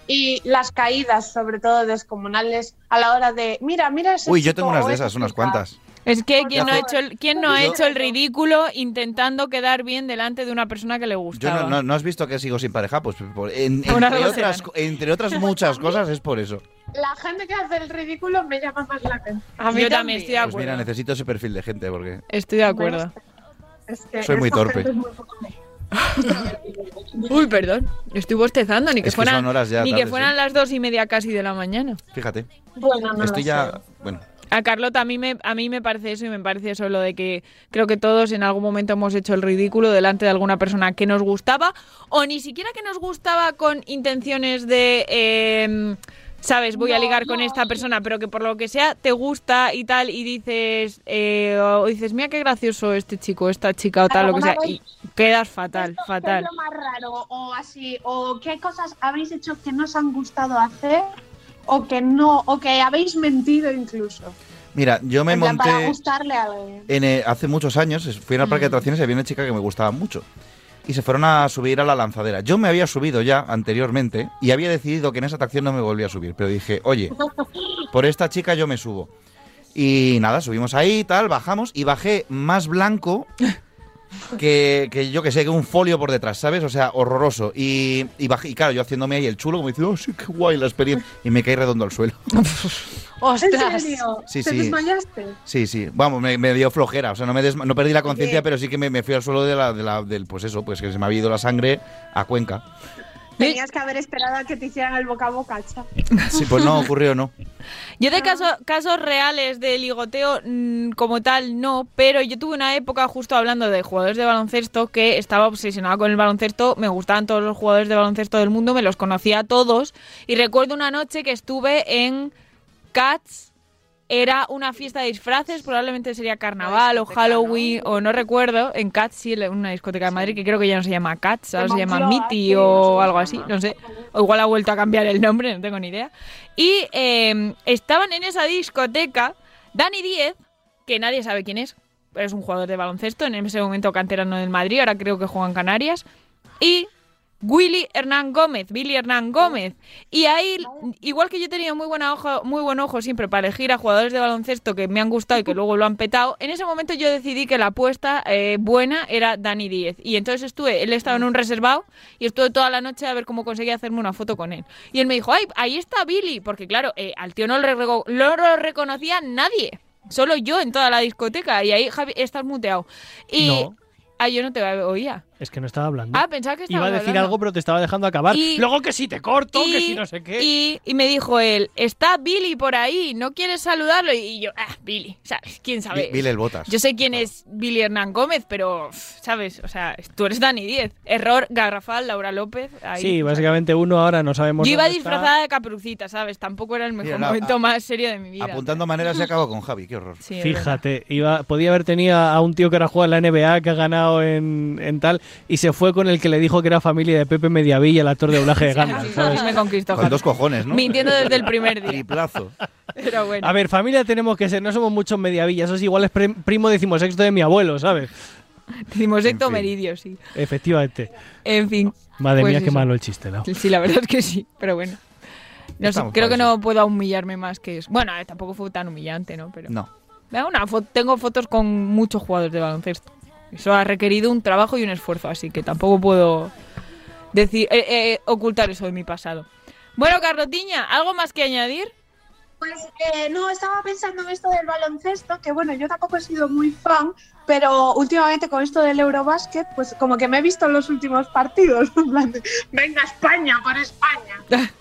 y las caídas, sobre todo descomunales, a la hora de, mira, mira ese
Uy, yo
chico
tengo unas
o
de
esa
esas, unas
chica".
cuantas.
Es que ¿quién no, ha
hace-
hecho el, quién no ha
Yo-
hecho el ridículo intentando quedar bien delante de una persona que le
Yo
gustaba?
no, no- ¿no has visto que sigo sin pareja, pues por-
<laughs>
en-
Por
entre,
algo
otras,
será.
co- entre otras
Pues
muchas cosas es por eso. Pues
La gente que hace el ridículo me llama más la atención.
Yo también estoy de
Pues
acuerdo.
mira, necesito ese perfil de gente porque
Estoy de acuerdo.
Es que
Soy muy
esta
torpe.
gente es muy poco-
<laughs> Uy, perdón. Estoy bostezando, ni que,
Es que
fueran,
son horas ya
ni que
tardes,
fueran
¿eh?
las dos y media casi de la mañana.
fíjate,
Bueno, no
estoy
lo
ya,
sé.
bueno,
A Carlota, a mí, me, a mí me parece eso y me parece eso lo de que creo que todos en algún momento hemos hecho el ridículo delante de alguna persona que nos gustaba o ni siquiera que nos gustaba con intenciones de, eh, sabes, voy a ligar con esta persona, pero que por lo que sea te gusta y tal y dices, eh, o dices, mira qué gracioso este chico, esta chica o tal, lo que sea, y quedas fatal,
¿Qué es
fatal.
lo más raro o así? ¿O qué cosas habéis hecho que no os han gustado hacer? O que no, o que habéis mentido incluso.
mira, yo me
En plan, Para
monté
gustarle a alguien.
en, eh, hace muchos años, es- fui a un parque de atracciones y había una chica que me gustaba mucho. Y se fueron a subir a la lanzadera. Yo me había subido ya anteriormente y había decidido que en esa atracción no me volvía a subir. Pero dije, oye, por esta chica yo me subo. Y nada, subimos ahí, tal, bajamos y bajé más blanco que, que yo que sé, que un folio por detrás, ¿sabes? O sea, horroroso. Y, y, baj- y claro, yo haciéndome ahí el chulo, como diciendo, oh, sí, qué guay la experiencia. Y me caí redondo al suelo.
¿En
¡Ostras!
serio?
Sí,
¿Te
sí.
desmayaste?
Sí, sí. Vamos, me, me dio flojera. O sea, no, me desma- no perdí la conciencia, pero sí que me, me fui al suelo de la, de la- del, pues eso, pues que se me había ido la sangre a Cuenca.
Tenías que haber esperado a que te hicieran el boca a boca, cha.
Sí, pues no, ocurrió,
<laughs>
no.
Yo de caso- casos reales de ligoteo mm, como tal no, pero yo tuve una época justo hablando de jugadores de baloncesto que estaba obsesionada con el baloncesto, me gustaban todos los jugadores de baloncesto del mundo, me los conocía a todos y recuerdo una noche que estuve en Cats, era una fiesta de disfraces, probablemente sería carnaval o Halloween o no recuerdo, en Cats sí, la- una discoteca de Madrid que creo que ya no se llama Cats, ahora se llama
Moncloa,
Miti
sí,
o algo así, no sé, o igual ha vuelto a cambiar el nombre, no tengo ni idea. Y eh, estaban en esa discoteca Dani Díez, que nadie sabe quién es, pero es un jugador de baloncesto, en ese momento canterano del Madrid, ahora creo que juega en Canarias, y Willy Hernán Gómez, Billy Hernán Gómez. Y ahí, igual que yo he tenido muy, buena ojo, muy buen ojo siempre para elegir a jugadores de baloncesto que me han gustado y que luego lo han petado, en ese momento yo decidí que la apuesta eh, buena era Dani Díez. Y entonces estuve, él estaba en un reservado y estuve toda la noche a ver cómo conseguía hacerme una foto con él. Y él me dijo, ay, ahí está Billy, porque claro, eh, al tío no lo, reco- no lo reconocía nadie. Solo yo en toda la discoteca y ahí Javi estás muteado. Y
No.
ah, yo no te oía.
Es que no estaba hablando.
Ah, pensaba que estaba
Iba a decir algo, pero te estaba dejando acabar.
Y-
Luego que si te corto, que si no sé qué.
Y, y me dijo él, está Billy por ahí, ¿no quieres saludarlo? Y yo, ah, Billy, ¿sabes? ¿Quién sabe?
Vi- Vile el botas.
Yo sé quién es Billy Hernán Gómez, pero, pff, ¿sabes? O sea, tú eres Dani 10. Error, Garrafal, Laura López. Ahí.
Sí, básicamente uno ahora no sabemos.
Yo iba
dónde está.
disfrazada de caprucita, ¿sabes? Tampoco era el mejor
Mira, no,
momento
a-
más serio de mi vida.
Apuntando maneras se acabó con Javi, qué horror.
Sí, es verdad.
Fíjate, iba, podía haber tenido a un tío que ahora juega en la NBA, que ha ganado en, en tal, y se fue con el que le dijo que era familia de Pepe Mediavilla, el actor de
<laughs>
doblaje de Gandalf. ¿sabes?
Y me conquistó.
Con dos cojones, ¿no?
Mintiendo desde el primer
<laughs>
día.
Triplazo.
Pero bueno.
A ver, familia tenemos que ser, no somos muchos Mediavilla, eso es igual es prim- primo decimosexto de mi abuelo, ¿sabes?
Decimosexto
en fin.
meridio, sí.
Efectivamente.
En fin.
Madre
Pues
mía, qué
eso.
malo el chiste, ¿no?
Sí, la verdad es que sí, pero bueno. No sé,
Estamos
creo
para
que no puedo humillarme más que eso. Bueno, eh, tampoco fue tan humillante, ¿no? Pero
No.
Me da una fo- tengo fotos con muchos jugadores de baloncesto. Eso ha requerido un trabajo y un esfuerzo, así que tampoco puedo decir eh, eh, ocultar eso de mi pasado. Bueno, Carlotiña, ¿algo más que añadir?
Pues eh, no, estaba pensando en esto del baloncesto, que bueno, yo tampoco he sido muy fan, pero últimamente con esto del Eurobásquet, pues como que me he visto en los últimos partidos. <laughs> en plan de, Venga España, por España.
<laughs>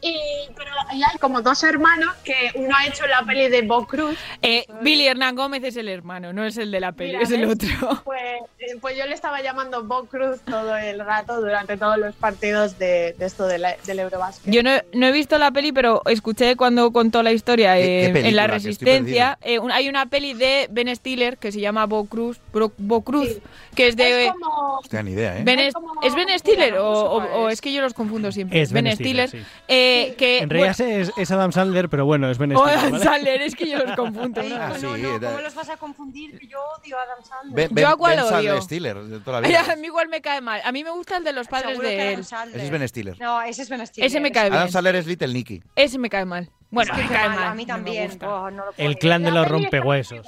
y, pero y hay como dos hermanos que uno ha hecho la peli de Bob Cruz.
Eh, Billy Hernán Gómez es el hermano, no es el de la peli,
Mira,
es el
¿ves?
otro.
Pues, eh, pues yo le estaba llamando Bob Cruz todo el rato durante todos los partidos de, de esto de la- del Eurobásquet.
Yo no, no he visto la peli, pero escuché cuando contó la historia
qué
en- en La
película? Que estoy
Resistencia. eh, un- hay una peli de Ben Stiller que se llama Bo Cruz, Bro- Bo Cruz que es de...
Es como...
Hostia, ni idea, ¿eh?
Ben es, ¿es Ben Stiller o, o- o es que yo los confundo siempre?
Es Ben Stiller,
eh, que,
En realidad es, es Adam Sandler, pero bueno, es Ben Stiller,
Adam <laughs>
¿vale?
Sandler, es que yo los confundo. ¿no?
eh,
Ah, sí, da-
¿Cómo los vas a confundir? Que yo odio a Adam Sandler.
Ben, ben,
Yo a cuál
Ben Sandler
odio.
Stiller, de toda la
<laughs>
vida.
a mí igual me cae mal. A mí me gusta el de los padres
Seguro que
de
Adam
él.
Sandler.
Ese es Ben Stiller.
No, ese es Ben Stiller.
Ese me cae
Adam
bien.
Sandler es Little Nicky.
Ese me cae mal. Bueno,
Es que
me cae
mal,
mal.
a mí
no me
también.
gusta.
Oh, no lo puedo
El clan de
creer.
los rompehuesos.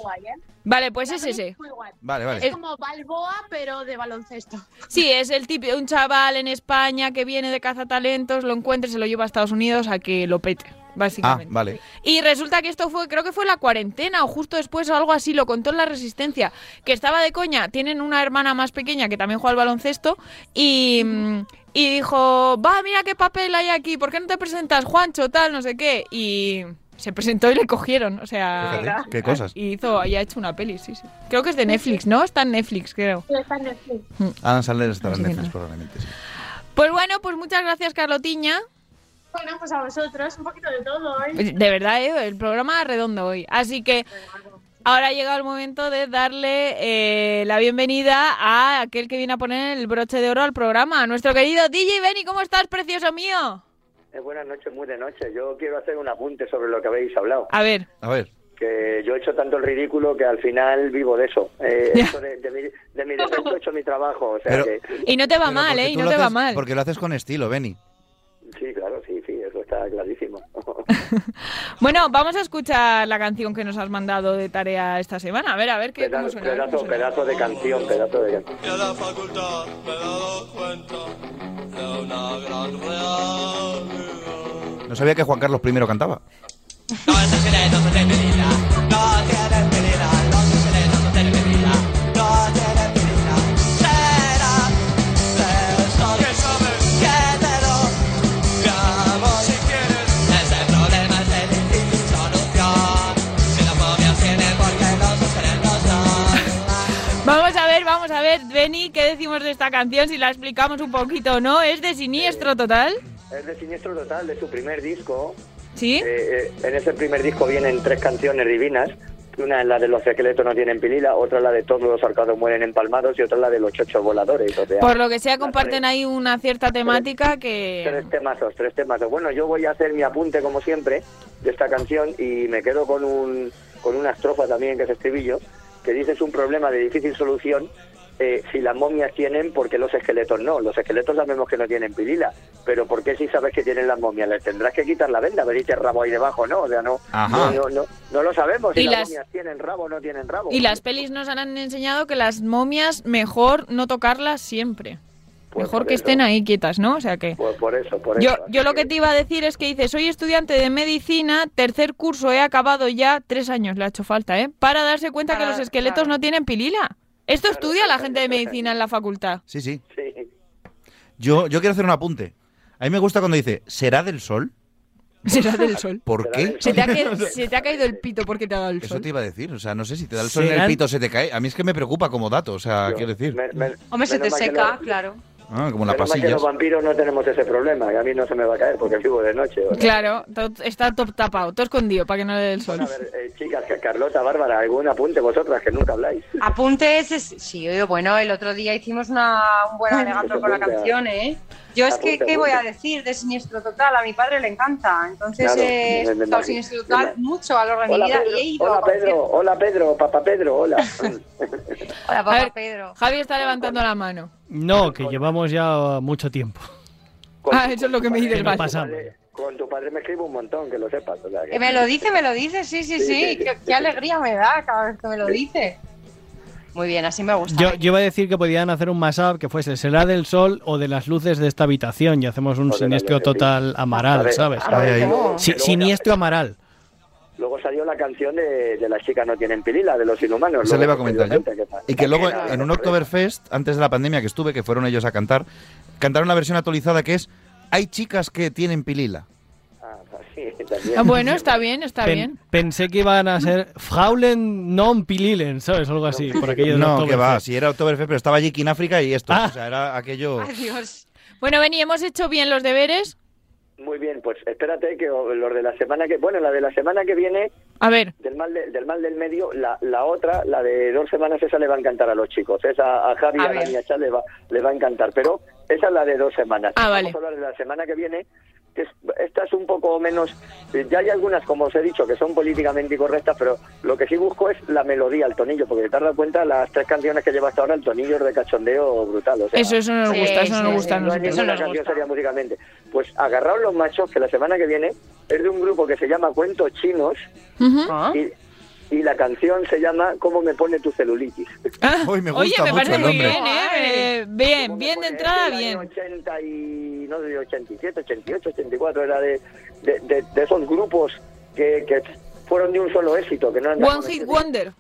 Vale, pues es ese.
Vale, vale. Ah,
Es como Balboa, pero de baloncesto.
Sí, es el tipo, un chaval en España que viene de cazatalentos, lo encuentra y se lo lleva a Estados Unidos a que lo pete,
ah,
básicamente.
vale.
Y resulta que esto fue, creo que fue la cuarentena o justo después o algo así, lo contó en la Resistencia, que estaba de coña, tienen una hermana más pequeña que también juega al baloncesto y, mm, y dijo, va, mira qué papel hay aquí, ¿por qué no te presentas, Juancho, tal, no sé qué? Y se presentó y le cogieron, o sea...
Fíjate, qué cosas.
Y hizo, y ha hecho una peli, sí, sí. Creo que es de Netflix, ¿no? Está en Netflix, creo.
Adam Sandler estará en Netflix, probablemente. sí.
Pues bueno, pues muchas gracias, Carlotiña.
Bueno, pues a vosotros, un poquito de todo, ¿eh?
De verdad, ¿eh? el programa es redondo hoy. Así que ahora ha llegado el momento de darle eh, la bienvenida a aquel que viene a poner el broche de oro al programa, a nuestro querido DJ Benny. ¿Cómo estás, precioso mío?
Eh, buenas noches, muy de noche. Yo quiero hacer un apunte sobre lo que habéis hablado.
A ver.
A ver.
Que yo he hecho tanto el ridículo que al final vivo de eso.
<laughs>
Eh, eso de, de mi, de mi defecto he hecho mi trabajo. O sea
Pero-
que,
Y no te va
Pero
mal,
porque
¿eh? Y
tú
no
lo
te va
haces-
mal.
Porque lo haces con estilo, Benny.
sí, claro, sí, sí, eso está está clarísimo.
Bueno, vamos a escuchar la canción que nos has mandado de tarea esta semana. A ver, a
<laughs>
ver qué cómo
pedazo,
suena, a ver
pedazo,
cómo suena.
pedazo de canción, pedazo de canción.
a la facultad me he dado cuenta de una gran realidad.
No sabía que Juan Carlos I cantaba.
No es secreto, no tiene vida. No tiene vida. No es secreto, no tiene vida. No tiene vida. Será. Pero esto que sabes. Que te lo llamo si quieres. Ese problema es de difícil solución. Si la fobia tiene por qué no suceder los dos.
Vamos a ver, vamos a ver, Benny, ¿qué decimos de esta canción? Si la explicamos un poquito o no. ¿Es de siniestro total?
Es de Siniestro Total, de su primer disco.
¿Sí?
Eh, eh, en ese primer disco vienen tres canciones divinas. Una es la de Los esqueletos no tienen pilila, otra es la de Todos los arcados mueren empalmados y otra es la de Los chochos voladores. O sea,
Por lo que sea, comparten ahí una cierta temática que...
Tres temazos, tres temazos. Bueno, yo voy a hacer mi apunte, como siempre, de esta canción y me quedo con, un, con una estrofa también, que es estribillo, que dice es un problema de difícil solución eh, si las momias tienen, porque los esqueletos no? Los esqueletos sabemos que no tienen pirila, pero ¿por qué si sabes que tienen las momias? Les tendrás que quitar la venda, veniste rabo ahí debajo, ¿no? O sea, no,
Ajá.
no, no, no, no lo sabemos si
Y
las,
las-
momias tienen rabo o no tienen rabo.
Y las pelis nos han enseñado que las momias mejor no tocarlas siempre.
Pues
mejor
por
que
eso.
estén ahí quietas, ¿no? O sea que...
Pues por eso, por
Yo,
eso.
yo lo que te iba a decir es que dice, soy estudiante de medicina, tercer curso, he acabado ya tres años, le ha hecho falta, ¿eh? Para darse cuenta que
Para-
los esqueletos no tienen pilila. Esto estudia la gente de medicina en la facultad. <laughs>
Sí, sí.
Sí.
Yo, yo quiero hacer un apunte. A mí me gusta cuando dice, ¿será del sol?
Será del sol.
¿Por qué?
Se te, ha que- se te ha caído el pito porque te ha dado el
Eso
sol.
te iba a decir. O sea, no sé si te da el sol en el
¿Serán?
pito, se te cae. A mí es que me preocupa como dato. O sea, quiero decir.
Hombre, se te
Menos mal que
seca,
no- <laughs>
claro.
Ah, como las
Menos mal que
pasillas.
los vampiros no tenemos ese problema, que a mí no se me va a caer porque vivo de noche. o sea.
Claro, todo- está top tapado, todo escondido para que no le dé el sol.
A ver, eh, chicas, que Carlota, Bárbara, algún apunte vosotras que nunca habláis.
Apuntes, es- sí, oye, bueno, el otro día hicimos una, un buen alegato con la
apunta.
canción, ¿eh? Yo es que,
Apunta,
¿qué voy a
apunta.
decir de Siniestro Total? A mi padre le encanta, entonces
Claro, me- me
eh, he escuchado
imagino,
Siniestro
me
Total
imagino.
mucho a lo largo de mi
Hola,
vida
Pedro,
y Pues he ido
hola
a conciertos.
Pedro, hola Pedro, papá Pedro, hola.
Hola,
A
papá
ver,
Pedro.
Javi está levantando la mano.
No, que llevamos ya mucho tiempo.
Ah, eso es lo que me dice
Que
el
no
Val.
pasamos.
Con tu padre me escribo un montón, que lo sepas. o sea, que-
Eh, me lo dice, me lo dice, sí,
Sí,
sí, sí.
sí, sí.
Qué, qué alegría me da cada vez que me lo dice. Muy bien, así me gusta.
Yo, yo iba a decir que podían hacer un mashup que fuese será del sol o de las luces de esta habitación y hacemos un
O de la
siniestro
luz,
total
sí. A
amaral,
ver,
¿sabes?
a ver, Ay, ay. no.
Si- siniestro amaral.
Luego salió la canción de, de las chicas no tienen pilila, de los inhumanos.
Esa
luego
le iba a
que
comentar
dio
yo.
gente, que-
Y que luego
Era-
en un Oktoberfest, antes de la pandemia que estuve, que fueron ellos a cantar, cantaron la versión actualizada que es Hay chicas que tienen pilila.
Ah, sí, también.
Ah, Bueno, está bien, está
Pen-
bien.
Pensé que iban a ser Fraulen non Pililen, ¿sabes? Algo así, por aquello de
No, que va, si era Oktoberfest, pero estaba allí en África y esto. O sea, era aquello.
Adiós. Bueno, Beni, hemos hecho bien los deberes.
Muy bien, pues espérate que o- los de la semana que... Bueno, la de la semana que viene,
A ver,
del mal, de- del, mal del medio, la, la otra, la de dos semanas, esa le va a encantar a los chicos. Esa a Javi,
Ah,
A
a, Dani,
ver.
a Chá le va, le va a encantar. Pero esa es la de dos semanas.
Ah,
Vamos
vale.
a hablar de la semana que viene. que es- Esta es un poco menos... eh, Ya hay algunas, como os he dicho, que son políticamente incorrectas, pero lo que sí busco es la melodía, el tonillo, porque te has dado cuenta, las tres canciones que lleva hasta ahora, el tonillo es de cachondeo brutal. O sea,
eso, eso no nos
Sí,
gusta, eso no
sí,
nos
sí,
gusta. a
no
no hay
nosotros.
ninguna canción seria musicalmente. Pues agarraos los machos, que la semana que viene es de un grupo que se llama Cuentos Chinos
Ujú.
y, y la canción se llama ¿Cómo me pone tu celulitis?
Ah, Uy, me gusta
Oye, me
mucho
parece
el
muy
nombre.
bien, ¿eh? Eh, Bien, bien de entrada,
Del año
bien.
80 y, no sé, 87, 88, 84, era de, de, de- de esos grupos que, que fueron de un solo éxito. que no andaban
One
con
Hit
ese-
Wonder.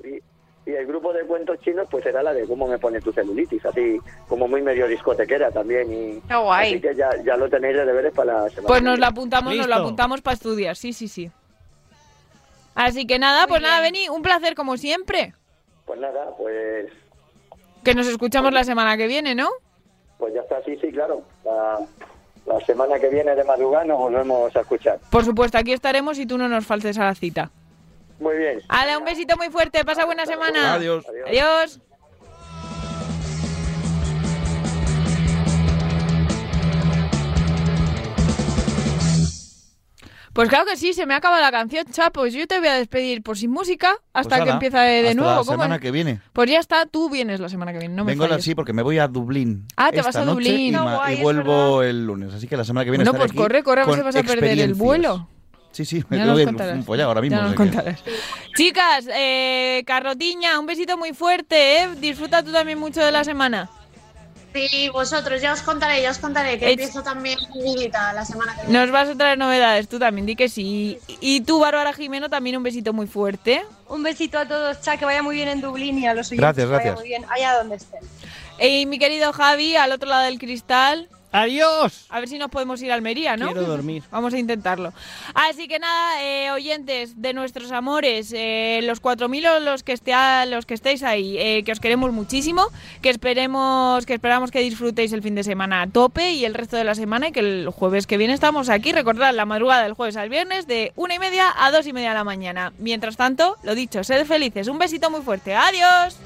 Y, y el grupo de cuentos chinos pues era la de cómo me pone tu celulitis, así como muy medio discotequera también. Y,
Qué guay.
Así que ya, ya lo tenéis de deberes para la semana.
Pues
que
nos
viene.
la apuntamos, nos la
Listo.
apuntamos para estudiar, sí, sí, sí. Así que nada, pues nada, Beni, un placer como siempre.
Pues nada, pues,
Que nos escuchamos la semana que viene, ¿no?
pues ya está, sí, sí, claro. La, la semana que viene de madrugada nos volvemos a escuchar.
Por supuesto, aquí estaremos y tú no nos faltes a la cita.
Muy bien.
Hala, un besito muy fuerte, pasa buena semana.
Adiós.
Adiós. Pues claro que sí, se me acaba la canción, chapo. Pues yo te voy a despedir por sin música hasta
Pues
que
ala,
empieza de, de
hasta
nuevo.
La
¿cómo?
semana que viene.
Pues ya está, tú vienes la semana que viene, no me
Vengo
falles.
así porque me voy a Dublín.
Ah, te
esta
vas a
noche
Dublín.
Y,
No,
ma-
guay,
y
es
vuelvo el lunes. Así que la semana que viene
Bueno,
estaré
pues
aquí
corre, corre, a ver
con
si vas a perder el vuelo.
experiencias. Sí, sí, me <laughs>
Ya
tengo
nos
que
contarás.
un pollo Pues ahora mismo.
Ya
no
nos
sé qué.
contarás. Chicas, eh, Carrotiña, un besito muy fuerte, ¿eh? Disfruta tú también mucho de la semana.
Sí, vosotros, ya os contaré, ya os contaré, que
Ech-
empiezo también mi vidita la semana que viene.
Nos vas a traer novedades, tú también, di que sí. Y tú, Bárbara Jimeno, también un besito muy fuerte.
Un besito a todos, cha, que vaya muy bien en Dublín y a los oyentes.
Gracias,
que vaya
gracias.
muy bien allá donde estén.
Y mi querido Javi, al otro lado del cristal.
¡Adiós!
A ver si nos podemos ir a Almería, ¿no?
Quiero dormir.
<laughs> Vamos a intentarlo. Así que nada, eh, oyentes de nuestros amores, eh, los 4.000 o los que, estea- los que estéis ahí, eh, que os queremos muchísimo, que esperemos que esperamos que disfrutéis el fin de semana a tope y el resto de la semana y que el jueves que viene estamos aquí. Recordad, la madrugada del jueves al viernes de una y media a dos y media de la mañana. Mientras tanto, lo dicho, sed felices. Un besito muy fuerte. ¡Adiós!